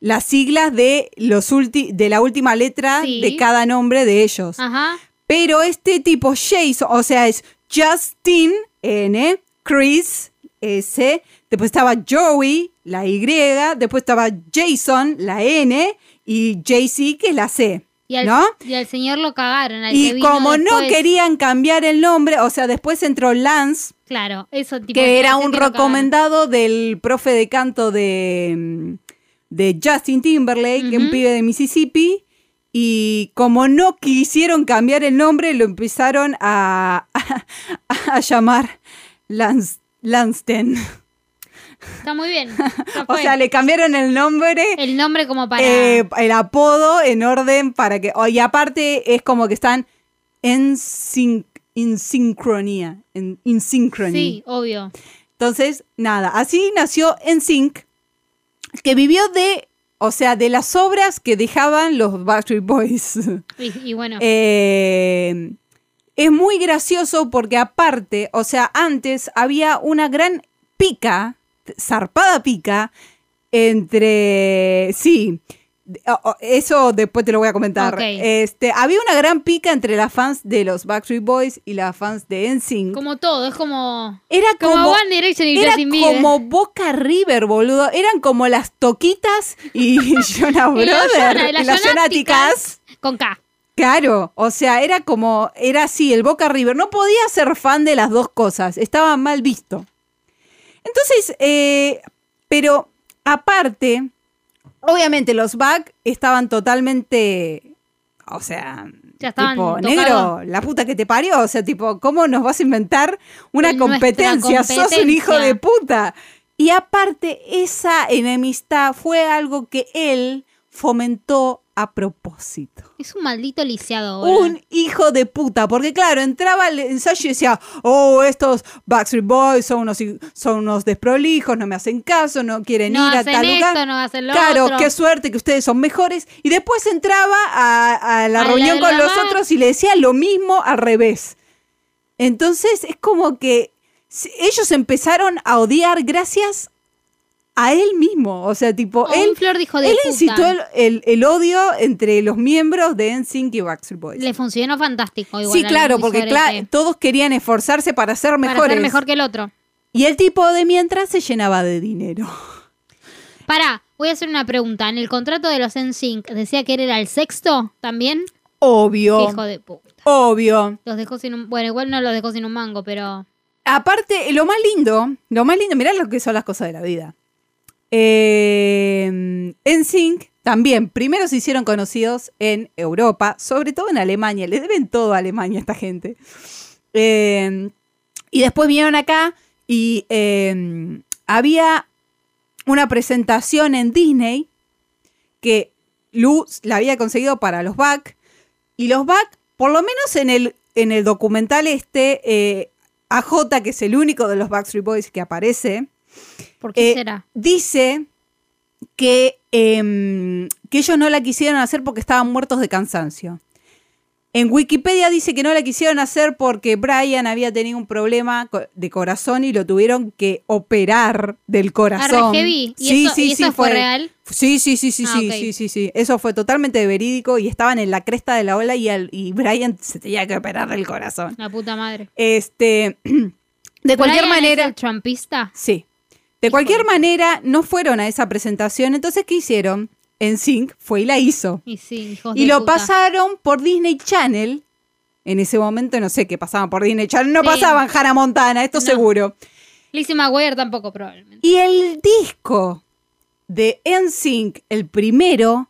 S1: las siglas de, los ulti- de la última letra
S2: Sí. Ah.
S1: de cada nombre de ellos.
S2: Ajá.
S1: Pero este tipo Jason, o sea, es Justin N, Chris S, después estaba Joey, la Y, después estaba Jason, la N, y JC, que es la C.
S2: Y al,
S1: ¿No?
S2: y al señor lo cagaron. al que
S1: Y
S2: vino
S1: como no
S2: después.
S1: querían cambiar el nombre, o sea, después entró Lance,
S2: Claro, eso tipo.
S1: que era
S2: ese
S1: un
S2: que lo cagaron.
S1: recomendado del profe de canto de, de Justin Timberlake, un
S2: Ujú.
S1: pibe de Mississippi. Y como no quisieron cambiar el nombre, lo empezaron a, a, llamar Lance, Lansden.
S2: Está muy bien. ya
S1: O
S2: fue.
S1: sea, le cambiaron el nombre,
S2: el nombre como para.
S1: eh, el apodo en orden para que... oh, Y aparte es como que están en, sin- en sincronía. En, en sincronía.
S2: sí, obvio.
S1: Entonces, nada, así nació NSYNC, que vivió de, o sea, de las obras que dejaban los Backstreet Boys.
S2: Y, y bueno,
S1: Eh, es muy gracioso porque aparte, o sea, antes había una gran pica, zarpada pica, entre, sí, de- o- o- eso después te lo voy a comentar.
S2: Ok.
S1: Este, había una gran pica entre las fans de los Backstreet Boys y las fans de NSYNC.
S2: como todo, es como.
S1: Era
S2: Como,
S1: como
S2: One Direction y
S1: era
S2: Justin Bieber.
S1: como Boca River, boludo. Eran como las toquitas y Jonah
S2: Y los
S1: Brothers.
S2: Jonah-
S1: y las
S2: Jonáticas
S1: Jonáticas.
S2: Con K.
S1: Claro, o sea, era como, era así, el Boca River. No podía ser fan de las dos cosas, estaba mal visto. Entonces, eh, pero aparte, obviamente los Back estaban totalmente, o sea,
S2: Ya estaban
S1: tipo,
S2: tocados.
S1: negro, la puta que te parió. O sea, tipo, ¿cómo nos vas a inventar una
S2: Nuestra
S1: competencia? Sos un hijo
S2: competencia.
S1: de puta. Y aparte, esa enemistad fue algo que él fomentó a propósito.
S2: Es un maldito lisiado, boludo.
S1: Un hijo de puta, porque claro, entraba al ensayo y decía, oh, estos Backstreet Boys son unos, hi- son unos desprolijos, no me hacen caso, no quieren
S2: No
S1: ir a
S2: hacen
S1: tal
S2: esto,
S1: lugar.
S2: no hacen lo
S1: claro,
S2: otro.
S1: qué suerte que ustedes son mejores. Y después entraba a, a la
S2: A la
S1: reunión
S2: de
S1: con
S2: la
S1: los
S2: Mac.
S1: otros y le decía lo mismo al revés. Entonces es como que se- ellos empezaron a odiar gracias a él mismo. O sea, tipo,
S2: O
S1: él,
S2: un flor dijo de
S1: él
S2: puta.
S1: incitó el, el- el odio entre los miembros de NSYNC y Backstreet Boys.
S2: Le funcionó fantástico igual.
S1: Sí,
S2: al
S1: claro,
S2: Luis
S1: porque
S2: Oreste.
S1: cla- todos querían esforzarse para ser
S2: Para
S1: mejores.
S2: ser mejor que el otro.
S1: Y el tipo de mientras se llenaba de dinero.
S2: Pará, Voy a hacer una pregunta. ¿En el contrato de los NSYNC decía que él era el sexto también?
S1: Obvio.
S2: Hijo de puta.
S1: Obvio.
S2: Los dejó sin un... Bueno, igual no los dejó sin un mango, pero...
S1: Aparte, lo más lindo, lo más lindo, mirá lo que son las cosas de la vida. Eh, en Sync también, primero se hicieron conocidos en Europa, sobre todo en Alemania, le deben todo a Alemania esta gente. Eh, y después vinieron acá y eh, había una presentación en Disney que Luz la había conseguido para los Back. Y los Back, por lo menos en el, en el documental este, eh, AJ, que es el único de los Backstreet Boys que aparece,
S2: ¿Por qué
S1: eh,
S2: será?
S1: dice que, em, que ellos no la quisieron hacer porque estaban muertos de cansancio. En Wikipedia dice que no la quisieron hacer porque Brian había tenido un problema co- de corazón y lo tuvieron que operar del corazón.
S2: Arre Ah, heavy. ¿Y eso, y eso fue real?
S1: Sí, sí, sí, sí,
S2: Ah,
S1: sí,
S2: ok.
S1: sí, sí, sí. Eso fue totalmente verídico y estaban en la cresta de la ola y, al- y Brian se tenía que operar del corazón.
S2: La puta madre.
S1: Este, de cualquier
S2: Brian es
S1: manera.
S2: el trumpista?
S1: Sí. De cualquier manera, no fueron a esa presentación. Entonces, ¿qué hicieron? En Sync fue y la hizo.
S2: Y sí, hijos
S1: Y
S2: de
S1: lo
S2: puta.
S1: pasaron por Disney Channel. En ese momento no sé qué pasaban por Disney Channel. No
S2: Sí.
S1: pasaban Hannah Montana, esto
S2: No.
S1: seguro.
S2: Lizzie McGuire tampoco, probablemente.
S1: Y el disco de NSYNC, el primero,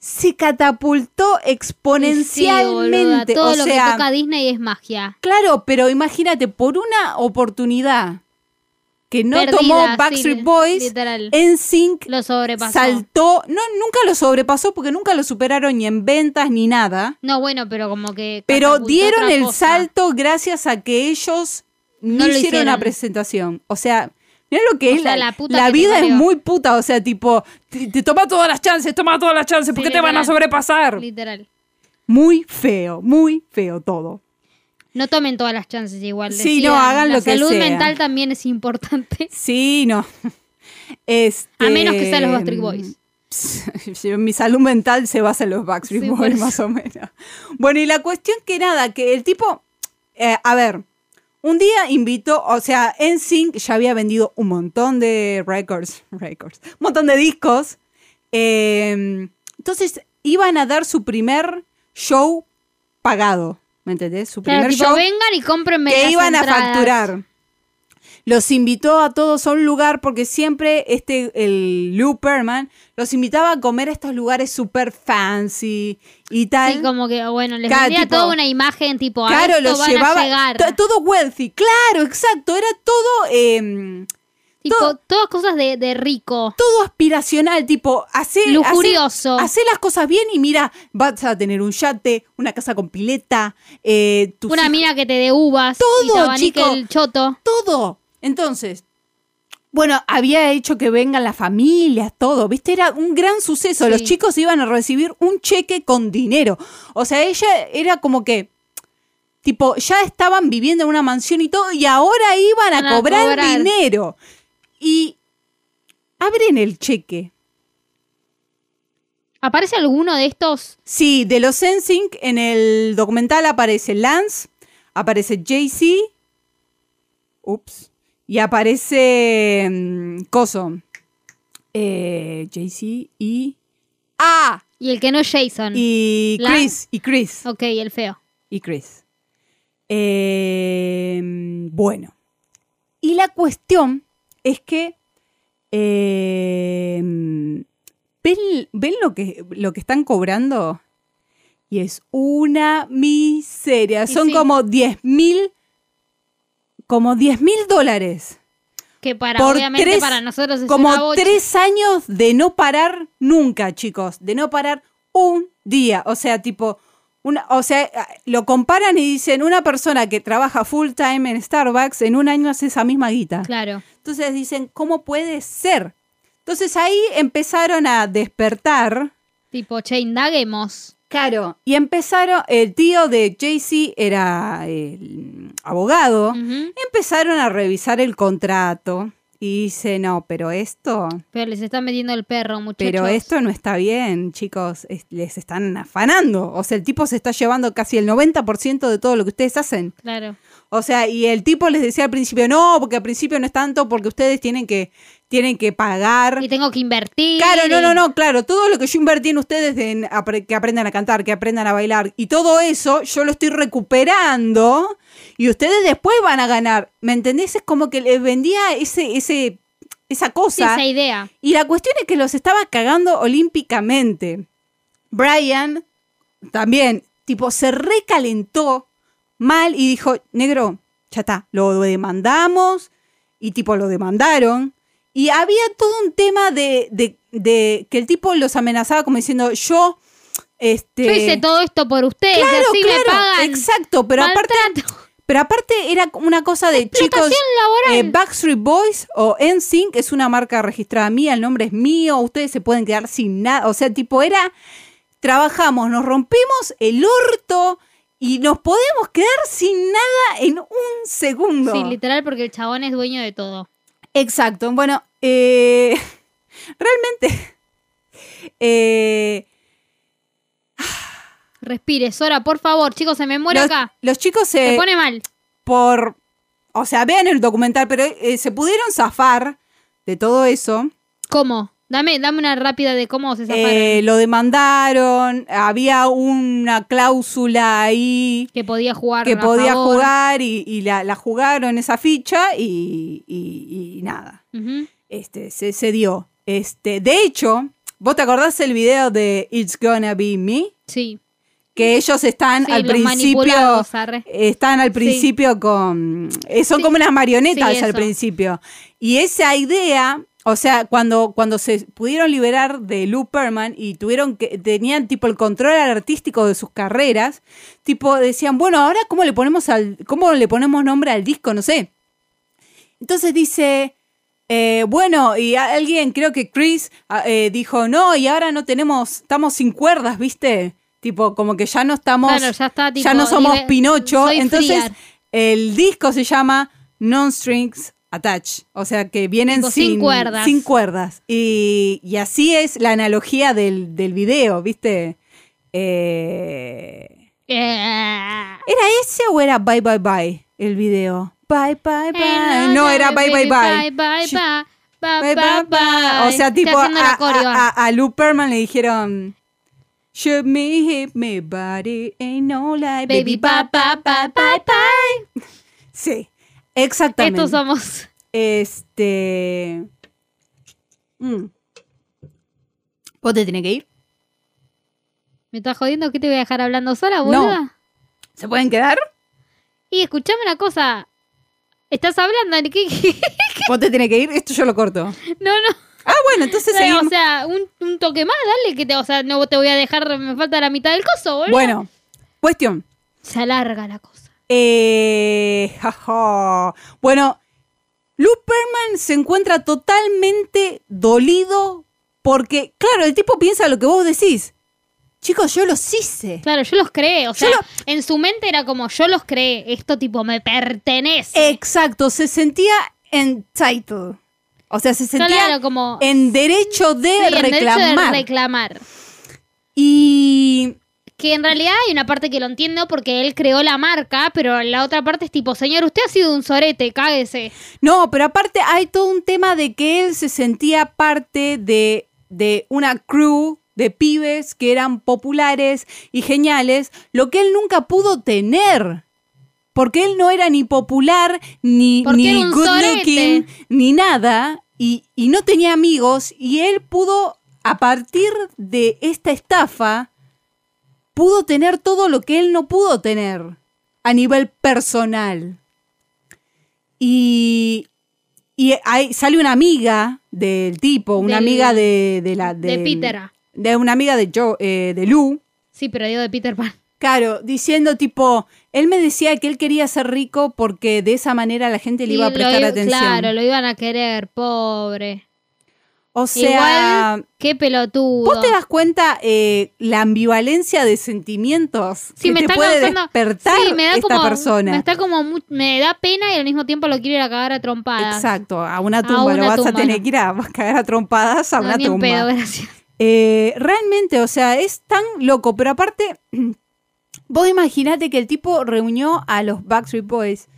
S1: se catapultó exponencialmente.
S2: Sí, boluda, todo
S1: o
S2: lo
S1: sea,
S2: que toca Disney es magia.
S1: claro, pero imagínate, por una oportunidad que no
S2: Perdida,
S1: tomó
S2: sí,
S1: Backstreet
S2: li-
S1: Boys,
S2: Literal.
S1: NSYNC
S2: Lo sobrepasó.
S1: saltó, no, nunca lo sobrepasó porque nunca lo superaron ni en ventas ni nada,
S2: No, bueno, pero como que.
S1: pero
S2: catapultó
S1: dieron
S2: otra
S1: el
S2: cosa.
S1: salto gracias a que ellos
S2: No
S1: no,
S2: lo
S1: hicieron, la
S2: hicieron.
S1: presentación. O sea, mira lo que
S2: O
S1: es
S2: sea,
S1: la,
S2: la puta
S1: la
S2: que te
S1: vida es
S2: parió.
S1: muy puta, o sea, tipo, te, te toma todas las chances, toma todas las chances, porque
S2: Sí,
S1: te van a
S2: literal.
S1: sobrepasar.
S2: Literal.
S1: Muy feo, muy feo todo.
S2: No tomen todas las chances igual.
S1: Sí, no, hagan
S2: la
S1: lo que
S2: salud
S1: sea.
S2: mental también es importante.
S1: Sí, no. Este, mm,
S2: A menos que sean los
S1: Em,
S2: Backstreet Boys.
S1: Mi salud mental se basa en los Backstreet
S2: Sí, por
S1: Boys,
S2: eso.
S1: más o menos. Bueno, y la cuestión que nada, que el tipo, eh, a ver, un día invitó, o sea, NSYNC ya había vendido un montón de records, records, un montón de discos. Eh, entonces, iban a dar su primer show pagado, ¿me entendés? Su
S2: Claro,
S1: primer
S2: tipo,
S1: show
S2: vengan y cómprenme
S1: que
S2: las
S1: iban
S2: entradas.
S1: a facturar. Los invitó a todos a un lugar porque siempre este, el Lou Perman los invitaba a comer a estos lugares super fancy y tal.
S2: Sí, como que, bueno, les
S1: Claro,
S2: vendía
S1: tipo-
S2: toda una imagen tipo, a
S1: claro,
S2: esto
S1: los
S2: van a
S1: llevaba
S2: llegar.
S1: to- todo wealthy, claro, exacto, era todo eh,
S2: tipo,
S1: todo-
S2: todas cosas de, de rico.
S1: todo aspiracional, tipo, hacer
S2: Lujurioso.
S1: las cosas bien y mira, vas a tener un yate, una casa con pileta, eh, tus
S2: Una
S1: hijos-
S2: mina que te dé uvas. y
S1: Todo,
S2: te abanique
S1: chico.
S2: el choto.
S1: todo. Entonces, bueno, había hecho que vengan las familias, todo, ¿viste? Era un gran suceso. Los
S2: Sí.
S1: chicos iban a recibir un cheque con dinero. O sea, ella era como que, tipo, ya estaban viviendo en una mansión y todo, y ahora iban a,
S2: Van a
S1: cobrar,
S2: cobrar.
S1: dinero. Y abren el cheque.
S2: ¿Aparece alguno de estos?
S1: Sí, de los NSYNC en el documental aparece Lance, aparece Jay-Z, ups, y aparece mm, Coso, eh, Jay-Z y... Ah,
S2: Y el que no es Jason.
S1: y
S2: ¿Lance?
S1: Chris, y Chris,
S2: Ok, el feo.
S1: y Chris. Eh, bueno, y la cuestión es que... eh, ¿Ven, ven lo, que, lo que están cobrando? Y es una miseria.
S2: Y
S1: Son
S2: sí.
S1: como 10 mil. Como 10 mil dólares.
S2: Que para,
S1: Por
S2: obviamente,
S1: tres-
S2: para nosotros es una
S1: Como
S2: bocha.
S1: tres años de no parar nunca, chicos. De no parar un día. O sea, tipo. Una, o sea, lo comparan y dicen: una persona que trabaja full time en Starbucks en un año hace esa misma guita.
S2: Claro.
S1: Entonces dicen: ¿cómo puede ser? Entonces ahí empezaron a despertar.
S2: Tipo, che, indaguemos.
S1: Claro, y empezaron, el tío de Jay-Z era eh, el abogado,
S2: Ujú.
S1: empezaron a revisar el contrato Y dice, no, pero esto,
S2: Pero les está metiendo el perro, muchachos.
S1: pero esto no está bien, chicos, Es- les están afanando. O sea, el tipo se está llevando casi el 90% de todo lo que ustedes hacen.
S2: Claro.
S1: O sea, y el tipo les decía al principio, no, porque al principio no es tanto, porque ustedes tienen que, tienen que pagar.
S2: Y tengo que invertir.
S1: Claro, no,
S2: y-
S1: no, no, claro, todo lo que yo invertí en ustedes en apre- que aprendan a cantar, que aprendan a bailar y todo eso, yo lo estoy recuperando y ustedes después van a ganar. ¿Me entendés? Es como que les vendía ese, ese, esa
S2: Sí,
S1: cosa.
S2: esa idea.
S1: Y la cuestión es que los estaba cagando olímpicamente. Brian también, tipo, se recalentó mal y dijo, negro, ya está, lo demandamos y tipo lo demandaron. Y había todo un tema de, de- de que el tipo los amenazaba como diciendo, yo, este...
S2: Yo hice todo esto por ustedes,
S1: Claro,
S2: así
S1: claro,
S2: me pagan.
S1: exacto, pero aparte,
S2: Maltrato.
S1: pero aparte era una cosa de chicos...
S2: Explotación laboral.
S1: Eh, Backstreet Boys o NSYNC es una marca registrada mía, el nombre es mío, ustedes se pueden quedar sin nada. O sea, tipo, era. Trabajamos, nos rompimos el orto y nos podemos quedar sin nada en un segundo.
S2: Sí, literal, porque el chabón es dueño de todo.
S1: Exacto. Bueno, eh, realmente. eh,
S2: Respire, Sora, por favor, chicos, se me muere
S1: los,
S2: acá.
S1: los chicos
S2: Se
S1: se.
S2: pone mal.
S1: por. O sea, vean el documental, pero eh, se pudieron zafar de todo eso.
S2: ¿Cómo? Dame, dame una rápida de cómo se zafaron.
S1: Eh, lo demandaron, había una cláusula ahí
S2: que podía jugar.
S1: que
S2: a
S1: podía
S2: favor.
S1: jugar y, y la, la jugaron esa ficha y, y- y nada,
S2: Ujú.
S1: este, se, se dio. Este, de hecho, ¿vos te acordás el video de It's Gonna Be Me?
S2: Sí.
S1: Que ellos están
S2: Sí,
S1: al
S2: los
S1: principio...
S2: manipulados, arre.
S1: Están al principio con... eh, Son como unas marionetas
S2: Sí,
S1: al
S2: eso.
S1: principio. Y esa idea, o sea, cuando, cuando se pudieron liberar de Lou Perman y tuvieron que, tenían tipo el control artístico de sus carreras, tipo decían, bueno, ahora cómo le ponemos al, cómo le ponemos nombre al disco, no sé. Entonces dice, eh, bueno, y a- alguien, creo que Chris, a- eh, dijo, no, y ahora no tenemos, estamos sin cuerdas, ¿viste? Tipo, como que ya no estamos
S2: Claro, ya está, tipo,
S1: ya no somos
S2: nivel-
S1: Pinocho.
S2: soy
S1: Entonces,
S2: Friar.
S1: el disco se llama Non-Strings Attached. O sea, que vienen
S2: Tipo,
S1: sin,
S2: sin cuerdas.
S1: sin cuerdas. Y, y así es la analogía del, del video, ¿viste? Eh,
S2: Eh,
S1: ¿Era ese o era Bye Bye Bye el video? Bye Bye Bye.
S2: eh,
S1: no, era Bye Bye
S2: Bye,
S1: Bye.
S2: bye,
S1: She-
S2: bye. Bye,
S1: Bye,
S2: bye,
S1: bye, bye. O
S2: bye.
S1: sea,
S2: Está
S1: tipo, ah, a,
S2: haciendo la coreo. ah.
S1: a- a- a Lou Perman le dijeron... Shoot me, hit me, body, ain't no lie,
S2: Baby,
S1: baby,
S2: bye, bye, bye, bye, bye.
S1: Sí, exactamente.
S2: Estos somos.
S1: Este. mm. ¿Vos te tenés que ir?
S2: ¿Me estás jodiendo? ¿Qué te voy a dejar hablando sola, boluda?
S1: ¿Se pueden quedar?
S2: Y escuchame una cosa. ¿Estás hablando? ¿Qué- qué?
S1: ¿Vos te tenés que ir? Esto yo lo corto.
S2: No, no.
S1: Ah, bueno, entonces
S2: No,
S1: seguimos.
S2: o sea, un, un toque más, dale, que te, o sea, no te voy a dejar, me falta la mitad del coso, boludo.
S1: bueno, cuestión.
S2: Se alarga la cosa.
S1: Eh, jaja. Bueno, Luperman se encuentra totalmente dolido porque, claro, el tipo piensa lo que vos decís. Chicos, yo los hice.
S2: Claro, yo los creé, o sea,
S1: lo-
S2: en su mente era como, yo los creé, esto tipo me
S1: Eh,
S2: pertenece.
S1: Exacto, se sentía entitled. O sea, se sentía
S2: claro, como
S1: en derecho de
S2: sí, en derecho de
S1: reclamar.
S2: reclamar.
S1: y
S2: Que en realidad hay una parte que lo entiendo porque él creó la marca, pero la otra parte es tipo, señor, usted ha sido un sorete, cáguese.
S1: no, pero aparte hay todo un tema de que él se sentía parte de, de una crew de pibes que eran populares y geniales, lo que él nunca pudo tener. Porque él no era ni popular, ni,
S2: Porque
S1: ni
S2: era un
S1: good
S2: sorete.
S1: looking, ni nada, y, y no tenía amigos, y él pudo, a partir de esta estafa, pudo tener todo lo que él no pudo tener a nivel personal. Y, y ahí sale una amiga del tipo, una
S2: Del-
S1: amiga de, de la...
S2: De
S1: del-
S2: Peter.
S1: De una amiga de, Joe, eh, de Lou.
S2: Sí, pero digo de Peter Pan.
S1: Claro, diciendo tipo, él me decía que él quería ser rico porque de esa manera la gente le iba a
S2: Y
S1: prestar
S2: lo i-
S1: atención.
S2: Claro, lo iban a querer, pobre.
S1: O sea,
S2: Igual, qué pelotudo.
S1: ¿vos te das cuenta eh, la ambivalencia de sentimientos
S2: Sí,
S1: que
S2: me
S1: te
S2: está
S1: puede
S2: causando-
S1: despertar
S2: Sí, me da
S1: esta
S2: como-
S1: persona?
S2: Me está como mu- me da pena y al mismo tiempo lo quiero ir a cagar a trompadas.
S1: Exacto, a una tumba
S2: una
S1: lo vas
S2: tumba,
S1: a tener
S2: no.
S1: que ir a caer a trompadas a
S2: No,
S1: una
S2: ni en
S1: tumba.
S2: pedo, gracias.
S1: Eh, realmente, o sea, es tan loco, pero aparte, vos imaginate que el tipo reunió a los Backstreet Boys,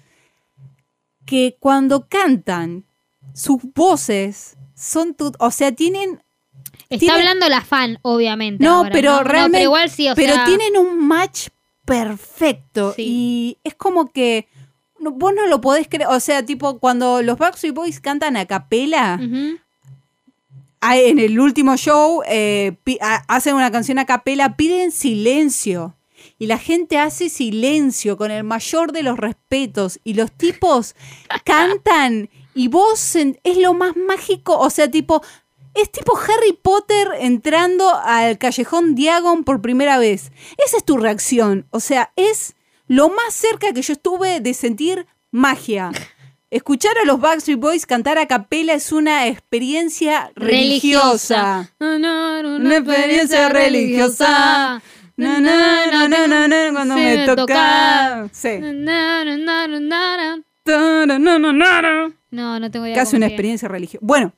S1: que cuando cantan, sus voces son, tu- o sea, tienen,
S2: Está
S1: Tiene-
S2: hablando la fan, obviamente.
S1: No,
S2: ahora,
S1: pero realmente-
S2: pero igual sí, o
S1: pero
S2: sea,
S1: tienen un match perfecto
S2: Sí.
S1: y es como que no- vos no lo podés creer, o sea, tipo, cuando los Backstreet Boys cantan a capela,
S2: ujú,
S1: Ah, en el último show eh, pi- ha- hacen una canción a capela, piden silencio. Y la gente hace silencio con el mayor de los respetos. Y los tipos cantan. Y vos sen- es lo más mágico. O sea, tipo, es tipo Harry Potter entrando al callejón Diagon por primera vez. Esa es tu reacción. O sea, es lo más cerca que yo estuve de sentir magia. Escuchar a los Backstreet Boys cantar a capela es una experiencia religiosa.
S2: religiosa. No, no, no,
S1: Una experiencia religiosa. Na, na, na, na, na, na, cuando
S2: Se
S1: me
S2: me
S1: toca.
S2: toca.
S1: Sí.
S2: Na, na, na, na, na, na.
S1: Ta, na, na, na, na, na.
S2: No, no tengo idea.
S1: Casi
S2: cómo
S1: una
S2: sigue.
S1: experiencia religiosa. Bueno,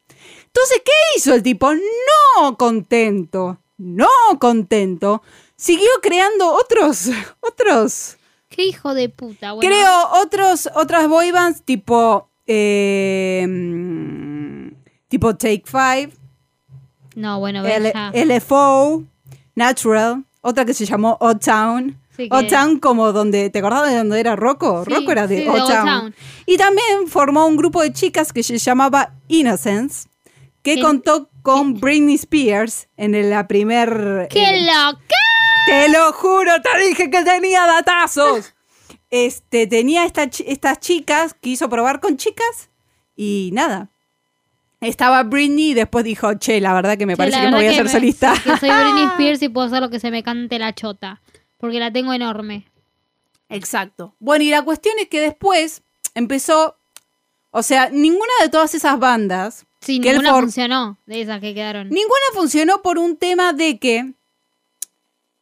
S1: entonces, ¿qué hizo el tipo? No contento, no contento. Siguió creando otros, otros.
S2: Qué hijo de puta, bueno.
S1: Creo otros, otras boy bands tipo, eh, mm, tipo Take Five,
S2: No, bueno, ven
S1: L-
S2: ya.
S1: LFO, Natural, otra que se llamó Odd Town.
S2: Sí que-
S1: Odd Town como donde, ¿te acordás de donde era Rocco?
S2: Sí,
S1: Rocco era de
S2: sí, de
S1: Odd
S2: Odd
S1: Town.
S2: Town.
S1: Y también formó un grupo de chicas que se llamaba Innocence, que
S2: Que-
S1: contó con Britney Spears en el- la primer...
S2: ¡Qué
S1: eh,
S2: loca!
S1: te lo juro, te dije que tenía datazos. Este, tenía esta chi- estas chicas, quiso probar con chicas y nada. Estaba Britney y después dijo, che, la verdad que me
S2: Che,
S1: parece
S2: la
S1: que me voy
S2: verdad
S1: a hacer
S2: me-
S1: solista.
S2: que soy Britney Spears y puedo hacer lo que se me cante la chota. Porque la tengo enorme.
S1: Exacto. Bueno, y la cuestión es que después empezó, o sea, ninguna de todas esas bandas,
S2: Sí,
S1: Que el
S2: ninguna
S1: for-
S2: funcionó de esas que quedaron.
S1: ninguna funcionó por un tema de que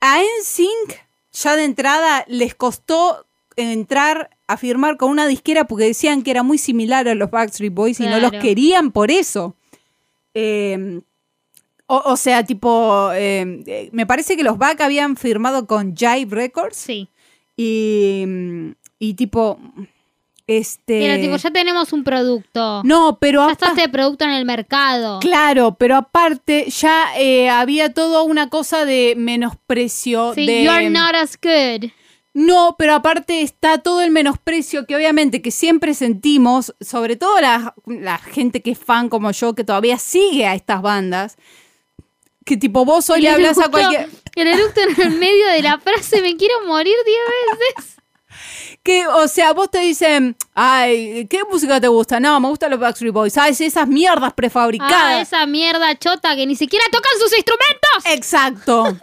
S1: a NSYNC ya de entrada les costó entrar a firmar con una disquera porque decían que era muy similar a los Backstreet Boys y no los
S2: Claro.
S1: querían por eso. Eh, o, o sea, tipo, eh, eh, me parece que los Back habían firmado con Jive Records.
S2: Sí.
S1: Y, mm, y tipo, este...
S2: Era tipo, ya tenemos un producto.
S1: No, pero...
S2: ya está
S1: apa-
S2: este producto en el mercado.
S1: Claro, pero aparte ya eh, había toda una cosa de menosprecio.
S2: Sí,
S1: de,
S2: you're not as good.
S1: No, pero aparte está todo el menosprecio que obviamente que siempre sentimos, sobre todo la, la gente que es fan como yo, que todavía sigue a estas bandas, que tipo vos hoy le
S2: Les
S1: hablas a
S2: escucho
S1: cualquier...
S2: El eructo en el medio de la frase, me quiero morir 10 veces.
S1: Que, o sea, vos te dicen, ay, ¿qué música te gusta? No, me gustan los Backstreet Boys. Ay, sí, esas mierdas
S2: Ah,
S1: prefabricadas.
S2: esa mierda chota que ni siquiera tocan sus instrumentos.
S1: Eh. Exacto.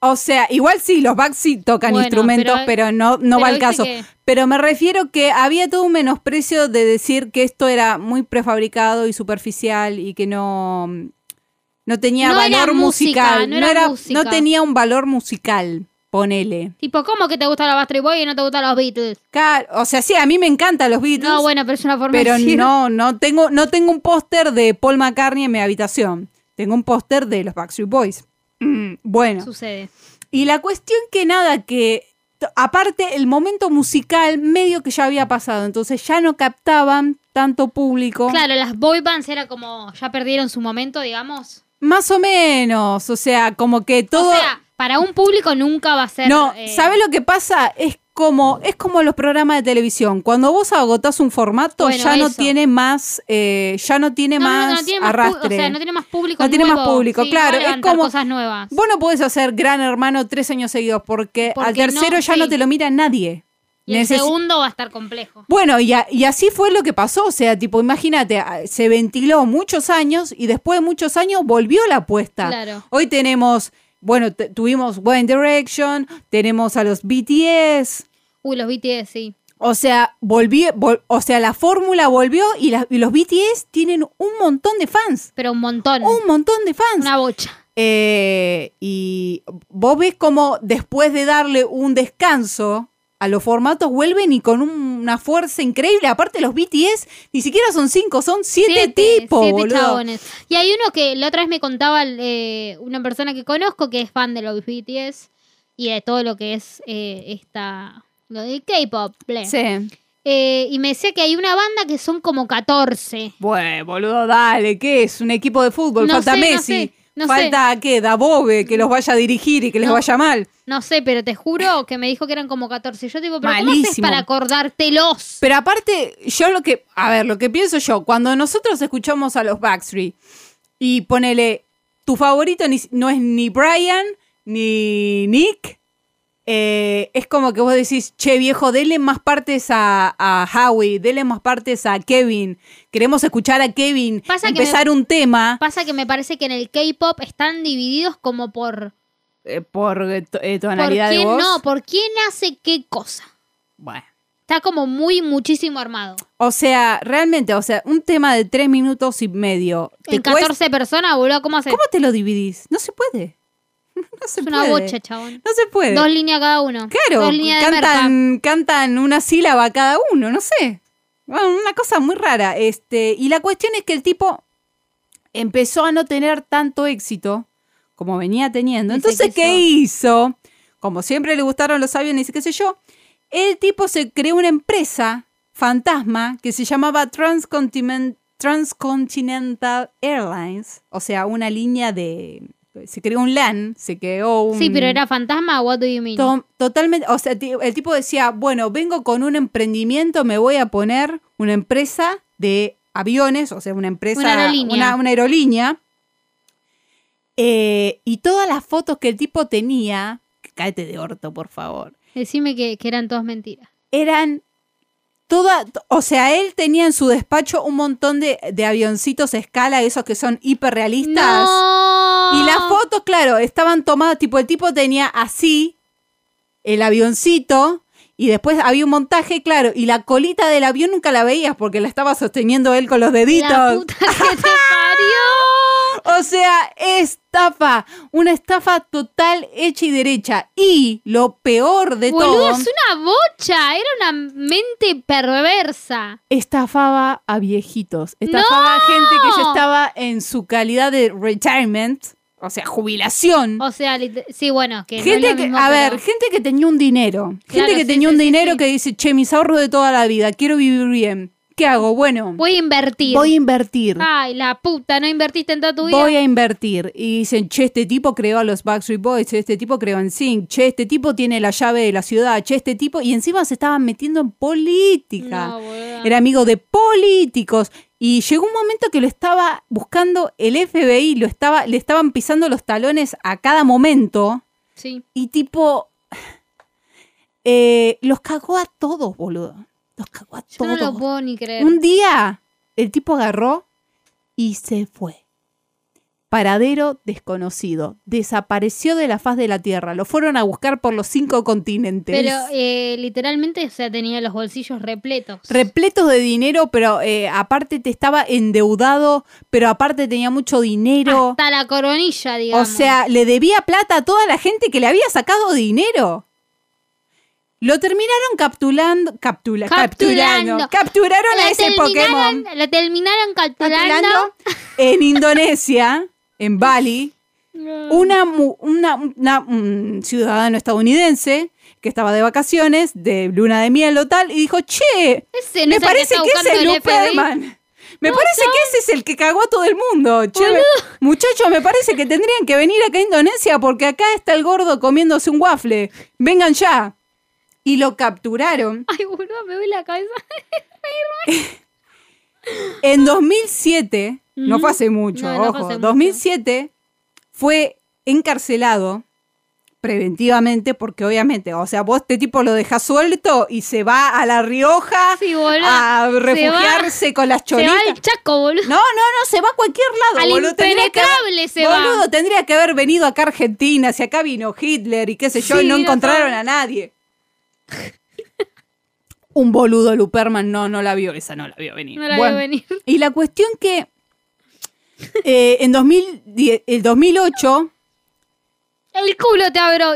S1: o sea, igual sí, los Backstreet sí tocan
S2: Bueno,
S1: instrumentos, pero,
S2: pero-
S1: no, no
S2: pero
S1: va el
S2: viste
S1: caso.
S2: que-
S1: Pero me refiero que había todo un menosprecio de decir que esto era muy prefabricado y superficial y que no, no tenía
S2: No era
S1: valor
S2: música,
S1: musical.
S2: no era música.
S1: no tenía un valor musical, ponele.
S2: Tipo, ¿cómo que te gusta la Bastry Boy y no te gustan los Beatles?
S1: Ca- O sea, sí, a mí me encantan los Beatles.
S2: No, bueno, pero es una forma
S1: Pero
S2: de decir-
S1: no, no tengo, no tengo un póster de Paul McCartney en mi habitación. Tengo un póster de los Backstreet Boys. Mm, bueno.
S2: Sucede.
S1: Y la cuestión que nada, que t- aparte el momento musical medio que ya había pasado, entonces ya no captaban tanto público.
S2: Claro, las boy bands era como, ya perdieron su momento, digamos.
S1: Más o menos, o sea, como que todo...
S2: O sea, para un público nunca va a ser...
S1: no,
S2: eh,
S1: ¿sabes lo que pasa? Es como, es como los programas de televisión. Cuando vos agotás un formato,
S2: Bueno,
S1: ya no
S2: eso.
S1: tiene más, eh, ya no tiene
S2: no, no, no,
S1: más
S2: no tiene más pu-
S1: arrastre.
S2: o sea, no tiene más público.
S1: No tiene más
S2: nuevo.
S1: público,
S2: Sí,
S1: claro,
S2: va a
S1: es
S2: levantar
S1: como-
S2: cosas nuevas.
S1: Vos no podés hacer Gran Hermano tres años seguidos porque,
S2: Porque
S1: al tercero
S2: no,
S1: ya
S2: sí.
S1: no te lo mira nadie.
S2: Y el
S1: Necesi-
S2: segundo va a estar complejo.
S1: Bueno, y, a- y así fue lo que pasó. O sea, tipo, imagínate, a- se ventiló muchos años y después de muchos años volvió la apuesta.
S2: Claro.
S1: Hoy tenemos, bueno, t- tuvimos One Direction, tenemos a los BTS.
S2: Uy, los BTS, sí.
S1: O sea, volvió, vol- o sea, la fórmula volvió y, las- y los BTS tienen un montón de fans.
S2: Pero un montón.
S1: Un montón de fans.
S2: Una bocha.
S1: Eh, y vos ves como después de darle un descanso a los formatos vuelven y con un- una fuerza increíble. Aparte los BTS ni siquiera son cinco, son siete, tipos,
S2: siete
S1: boludo.
S2: chabones. Y hay uno que la otra vez me contaba eh, una persona que conozco que es fan de los BTS y de todo lo que es eh, esta. Lo del K-pop. ble.
S1: Sí.
S2: Eh, y me decía que hay una banda que son como 14.
S1: Bueno, boludo, dale, ¿qué es? Un equipo de fútbol,
S2: No
S1: falta
S2: sé, no
S1: Messi.
S2: sé, no
S1: falta qué, Dabobe, que los vaya a dirigir y que les
S2: No.
S1: vaya mal.
S2: No sé, pero te juro que me dijo que eran como 14. Yo digo, pero ¿cómo haces
S1: Malísimo.
S2: para acordártelos?
S1: Pero aparte, yo lo que, a ver, lo que pienso yo, cuando nosotros escuchamos a los Backstreet y ponele, tu favorito ni- no es ni Brian ni Nick, eh, es como que vos decís, che viejo, dele más partes a, a Howie, dele más partes a Kevin, queremos escuchar a Kevin,
S2: Pasa que
S1: empezar un tema
S2: Pasa que me parece que en el K-pop están divididos como por.
S1: eh, por eh, to- eh,
S2: ¿Por
S1: tonalidad de
S2: quién
S1: voz.
S2: no? ¿Por quién hace qué cosa?
S1: Bueno.
S2: Está como muy, muchísimo armado.
S1: O sea, realmente, o sea, un tema de tres minutos y medio.
S2: En
S1: cuesta-
S2: 14 personas, boludo, ¿cómo haces?
S1: ¿Cómo te lo dividís? No se puede. No se
S2: es una
S1: puede.
S2: bocha, chabón.
S1: No se puede.
S2: Dos líneas cada uno.
S1: claro,
S2: Dos líneas de merca.
S1: cantan, cantan una sílaba cada uno, no sé. Bueno, una cosa muy rara. Este, y la cuestión es que el tipo empezó a no tener tanto éxito como venía teniendo.
S2: Y se
S1: Entonces,
S2: quiso.
S1: ¿qué hizo? Como siempre le gustaron los aviones y qué sé yo, el tipo se creó una empresa fantasma que se llamaba Transcontinent- Transcontinental Airlines, o sea, una línea de... Se creó un LAN, se creó un...
S2: Sí, pero era fantasma, what do you mean?
S1: To- totalmente, o sea, ti- el tipo decía, bueno, vengo con un emprendimiento, me voy a poner una empresa de aviones, o sea, una empresa,
S2: Una aerolínea.
S1: una- una aerolínea. Eh, y todas las fotos que el tipo tenía, cáete de orto, por favor,
S2: Decime que, que eran todas mentiras.
S1: eran toda, o sea, él tenía en su despacho un montón de, de avioncitos a escala, esos que son hiperrealistas.
S2: ¡No!
S1: Y las fotos, claro, estaban tomadas, tipo, el tipo tenía así el avioncito y después había un montaje, claro, y la colita del avión nunca la veías porque la estaba sosteniendo él con los
S2: La
S1: deditos.
S2: puta que te parió.
S1: O sea, estafa, una estafa total hecha y derecha. Y lo peor de
S2: Boludo,
S1: todo,
S2: es una bocha. Era una mente perversa.
S1: estafaba a viejitos, estafaba a gente que ya estaba en su calidad de retirement, o sea, jubilación.
S2: O sea, liter- sí, bueno, que no es
S1: Gente
S2: lo
S1: que,
S2: mismo,
S1: a
S2: pero-
S1: ver, gente que tenía un dinero.
S2: Claro,
S1: gente que
S2: sí,
S1: tenía un
S2: sí, sí,
S1: dinero
S2: sí.
S1: que dice, che, mis ahorros de toda la vida, quiero vivir bien. ¿Qué hago? Bueno, voy,
S2: Voy a Ah, invertir.
S1: a invertir.
S2: Ay, la puta, no invertiste en toda tu vida.
S1: Voy a invertir. Y dicen, che, este tipo creó a los Backstreet Boys, che, este tipo creó en Sync, che, este tipo tiene la llave de la ciudad, che, este tipo. Y encima se estaban metiendo en política.
S2: No, boluda.
S1: Era amigo de políticos. Y llegó un momento que lo estaba buscando el FBI, lo estaba, le estaban pisando los talones a cada momento.
S2: Sí.
S1: Y tipo, eh, los cagó a todos, boludo. Los cagó a
S2: Yo no
S1: todos.
S2: lo puedo ni creer.
S1: Un día, el tipo agarró y se fue. Paradero desconocido. Desapareció de la faz de la Tierra. Lo fueron a buscar por los cinco continentes.
S2: Pero eh, literalmente, o sea, tenía los bolsillos repletos.
S1: Repletos de dinero, pero eh, aparte te estaba endeudado, pero aparte tenía mucho dinero.
S2: Hasta la coronilla,
S1: O
S2: digamos.
S1: sea, le debía plata a toda la gente que le había sacado dinero. Lo terminaron capturando, captula, capturando,
S2: Capturando.
S1: capturaron a
S2: la
S1: ese
S2: terminaron,
S1: Pokémon
S2: la terminaron capturando.
S1: capturando en Indonesia, en Bali,
S2: Mm.
S1: una, mu- una- una- un ciudadano estadounidense que estaba de vacaciones, de luna de miel o tal, y dijo, che,
S2: Ese no
S1: me
S2: es el
S1: parece
S2: está
S1: que ese es
S2: buscando el FBI.
S1: Luperman. Me parece que ese es el que cagó a todo el mundo. Che, me- muchachos, me parece que tendrían que venir acá a Indonesia porque acá está el gordo comiéndose un waffle. Vengan ya. Y lo capturaron.
S2: Ay, boludo, me duele la cabeza.
S1: En 2007, no
S2: Ujú.
S1: fue hace mucho,
S2: No, no fue
S1: ojo,
S2: hace mucho.
S1: 2007 fue encarcelado preventivamente porque obviamente, o sea, vos este tipo lo dejas suelto y se va a La Rioja
S2: Sí, boludo.
S1: a
S2: Se va-
S1: refugiarse con las
S2: Se
S1: cholitas.
S2: va al Chaco, boludo.
S1: No, no, no, se va a cualquier lado,
S2: al
S1: boludo. Tendría que haber-
S2: impenetrable se
S1: boludo,
S2: va.
S1: tendría que haber venido acá a Argentina, si acá vino Hitler y qué sé yo,
S2: Sí,
S1: y no
S2: no
S1: encontraron
S2: sabes.
S1: a nadie. un boludo Luperman no, no la vio, esa no la vio venir.
S2: No la
S1: Bueno,
S2: veo venir.
S1: Y la cuestión que eh, en 2010 el 2008
S2: El culo te abro.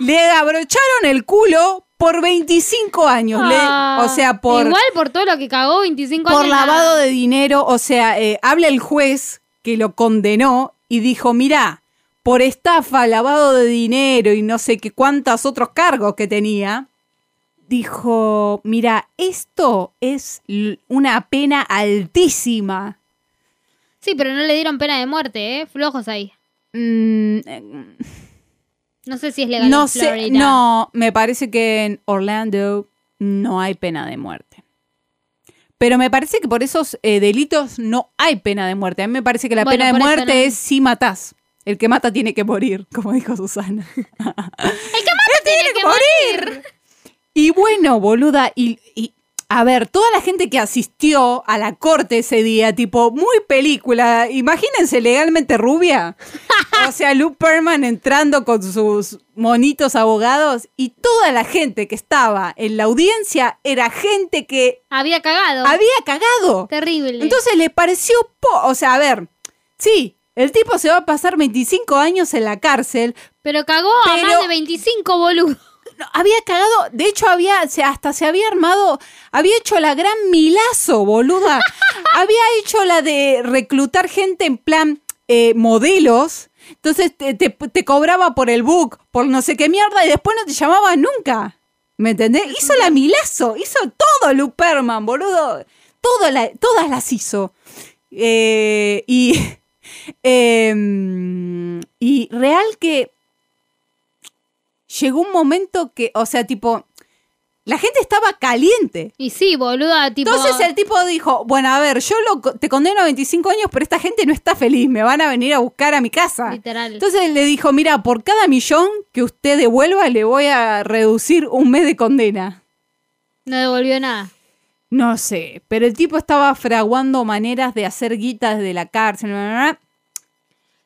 S1: le abrocharon el culo por 25 años, le-
S2: Ah.
S1: o sea, por...
S2: Igual por todo lo que cagó 25
S1: por
S2: años. nada.
S1: lavado de dinero, o sea, eh, habla el juez que lo condenó y dijo, mirá, por estafa, lavado de dinero y no sé qué cuántos otros cargos que tenía, dijo, mirá, esto es l- una pena altísima.
S2: Sí, pero no le dieron pena de muerte, ¿eh? Flojos ahí.
S1: Mm, eh,
S2: No sé si es legal
S1: no
S2: en
S1: sé,
S2: Florida.
S1: no, me parece que en Orlando no hay pena de muerte. Pero me parece que por esos eh, delitos no hay pena de muerte. A mí me parece que la
S2: Bueno,
S1: pena de
S2: por eso
S1: muerte
S2: no.
S1: es si matás. El que mata tiene que morir, como dijo Susana.
S2: tiene que morir.
S1: Y bueno, boluda, y, y, a ver, toda la gente que asistió a la corte ese día, tipo, muy película, imagínense legalmente rubia. O sea, Luke Perman entrando con sus monitos abogados y toda la gente que estaba en la audiencia era gente que
S2: Había cagado.
S1: había cagado.
S2: Terrible.
S1: Entonces le pareció, po- o sea, a ver, sí, el tipo se va a pasar 25 años en la cárcel,
S2: pero cagó a más
S1: Pero-
S2: de 25 boludos.
S1: No, había cagado, de hecho había, se- hasta se había armado, había hecho la gran milazo, boluda. había hecho la de reclutar gente en plan eh, modelos. Entonces te, te- te cobraba por el book, por no sé qué mierda, y después no te llamaba nunca. ¿Me entendés? Hizo la milazo, hizo todo Luperman, boludo. Todo la- todas las hizo. Eh, y, em, y real que llegó un momento que, o sea, tipo, la gente estaba caliente.
S2: Y sí, boluda, tipo.
S1: Entonces el tipo dijo, bueno, a ver, yo lo co- te condeno a 25 años, pero esta gente no está feliz, me van a venir a buscar a mi casa.
S2: Literal.
S1: Entonces le dijo, mira, por cada millón que usted devuelva le voy a reducir un mes de condena.
S2: no devolvió nada.
S1: No sé, pero el tipo estaba fraguando maneras de hacer guitas de la cárcel. bla, bla, bla.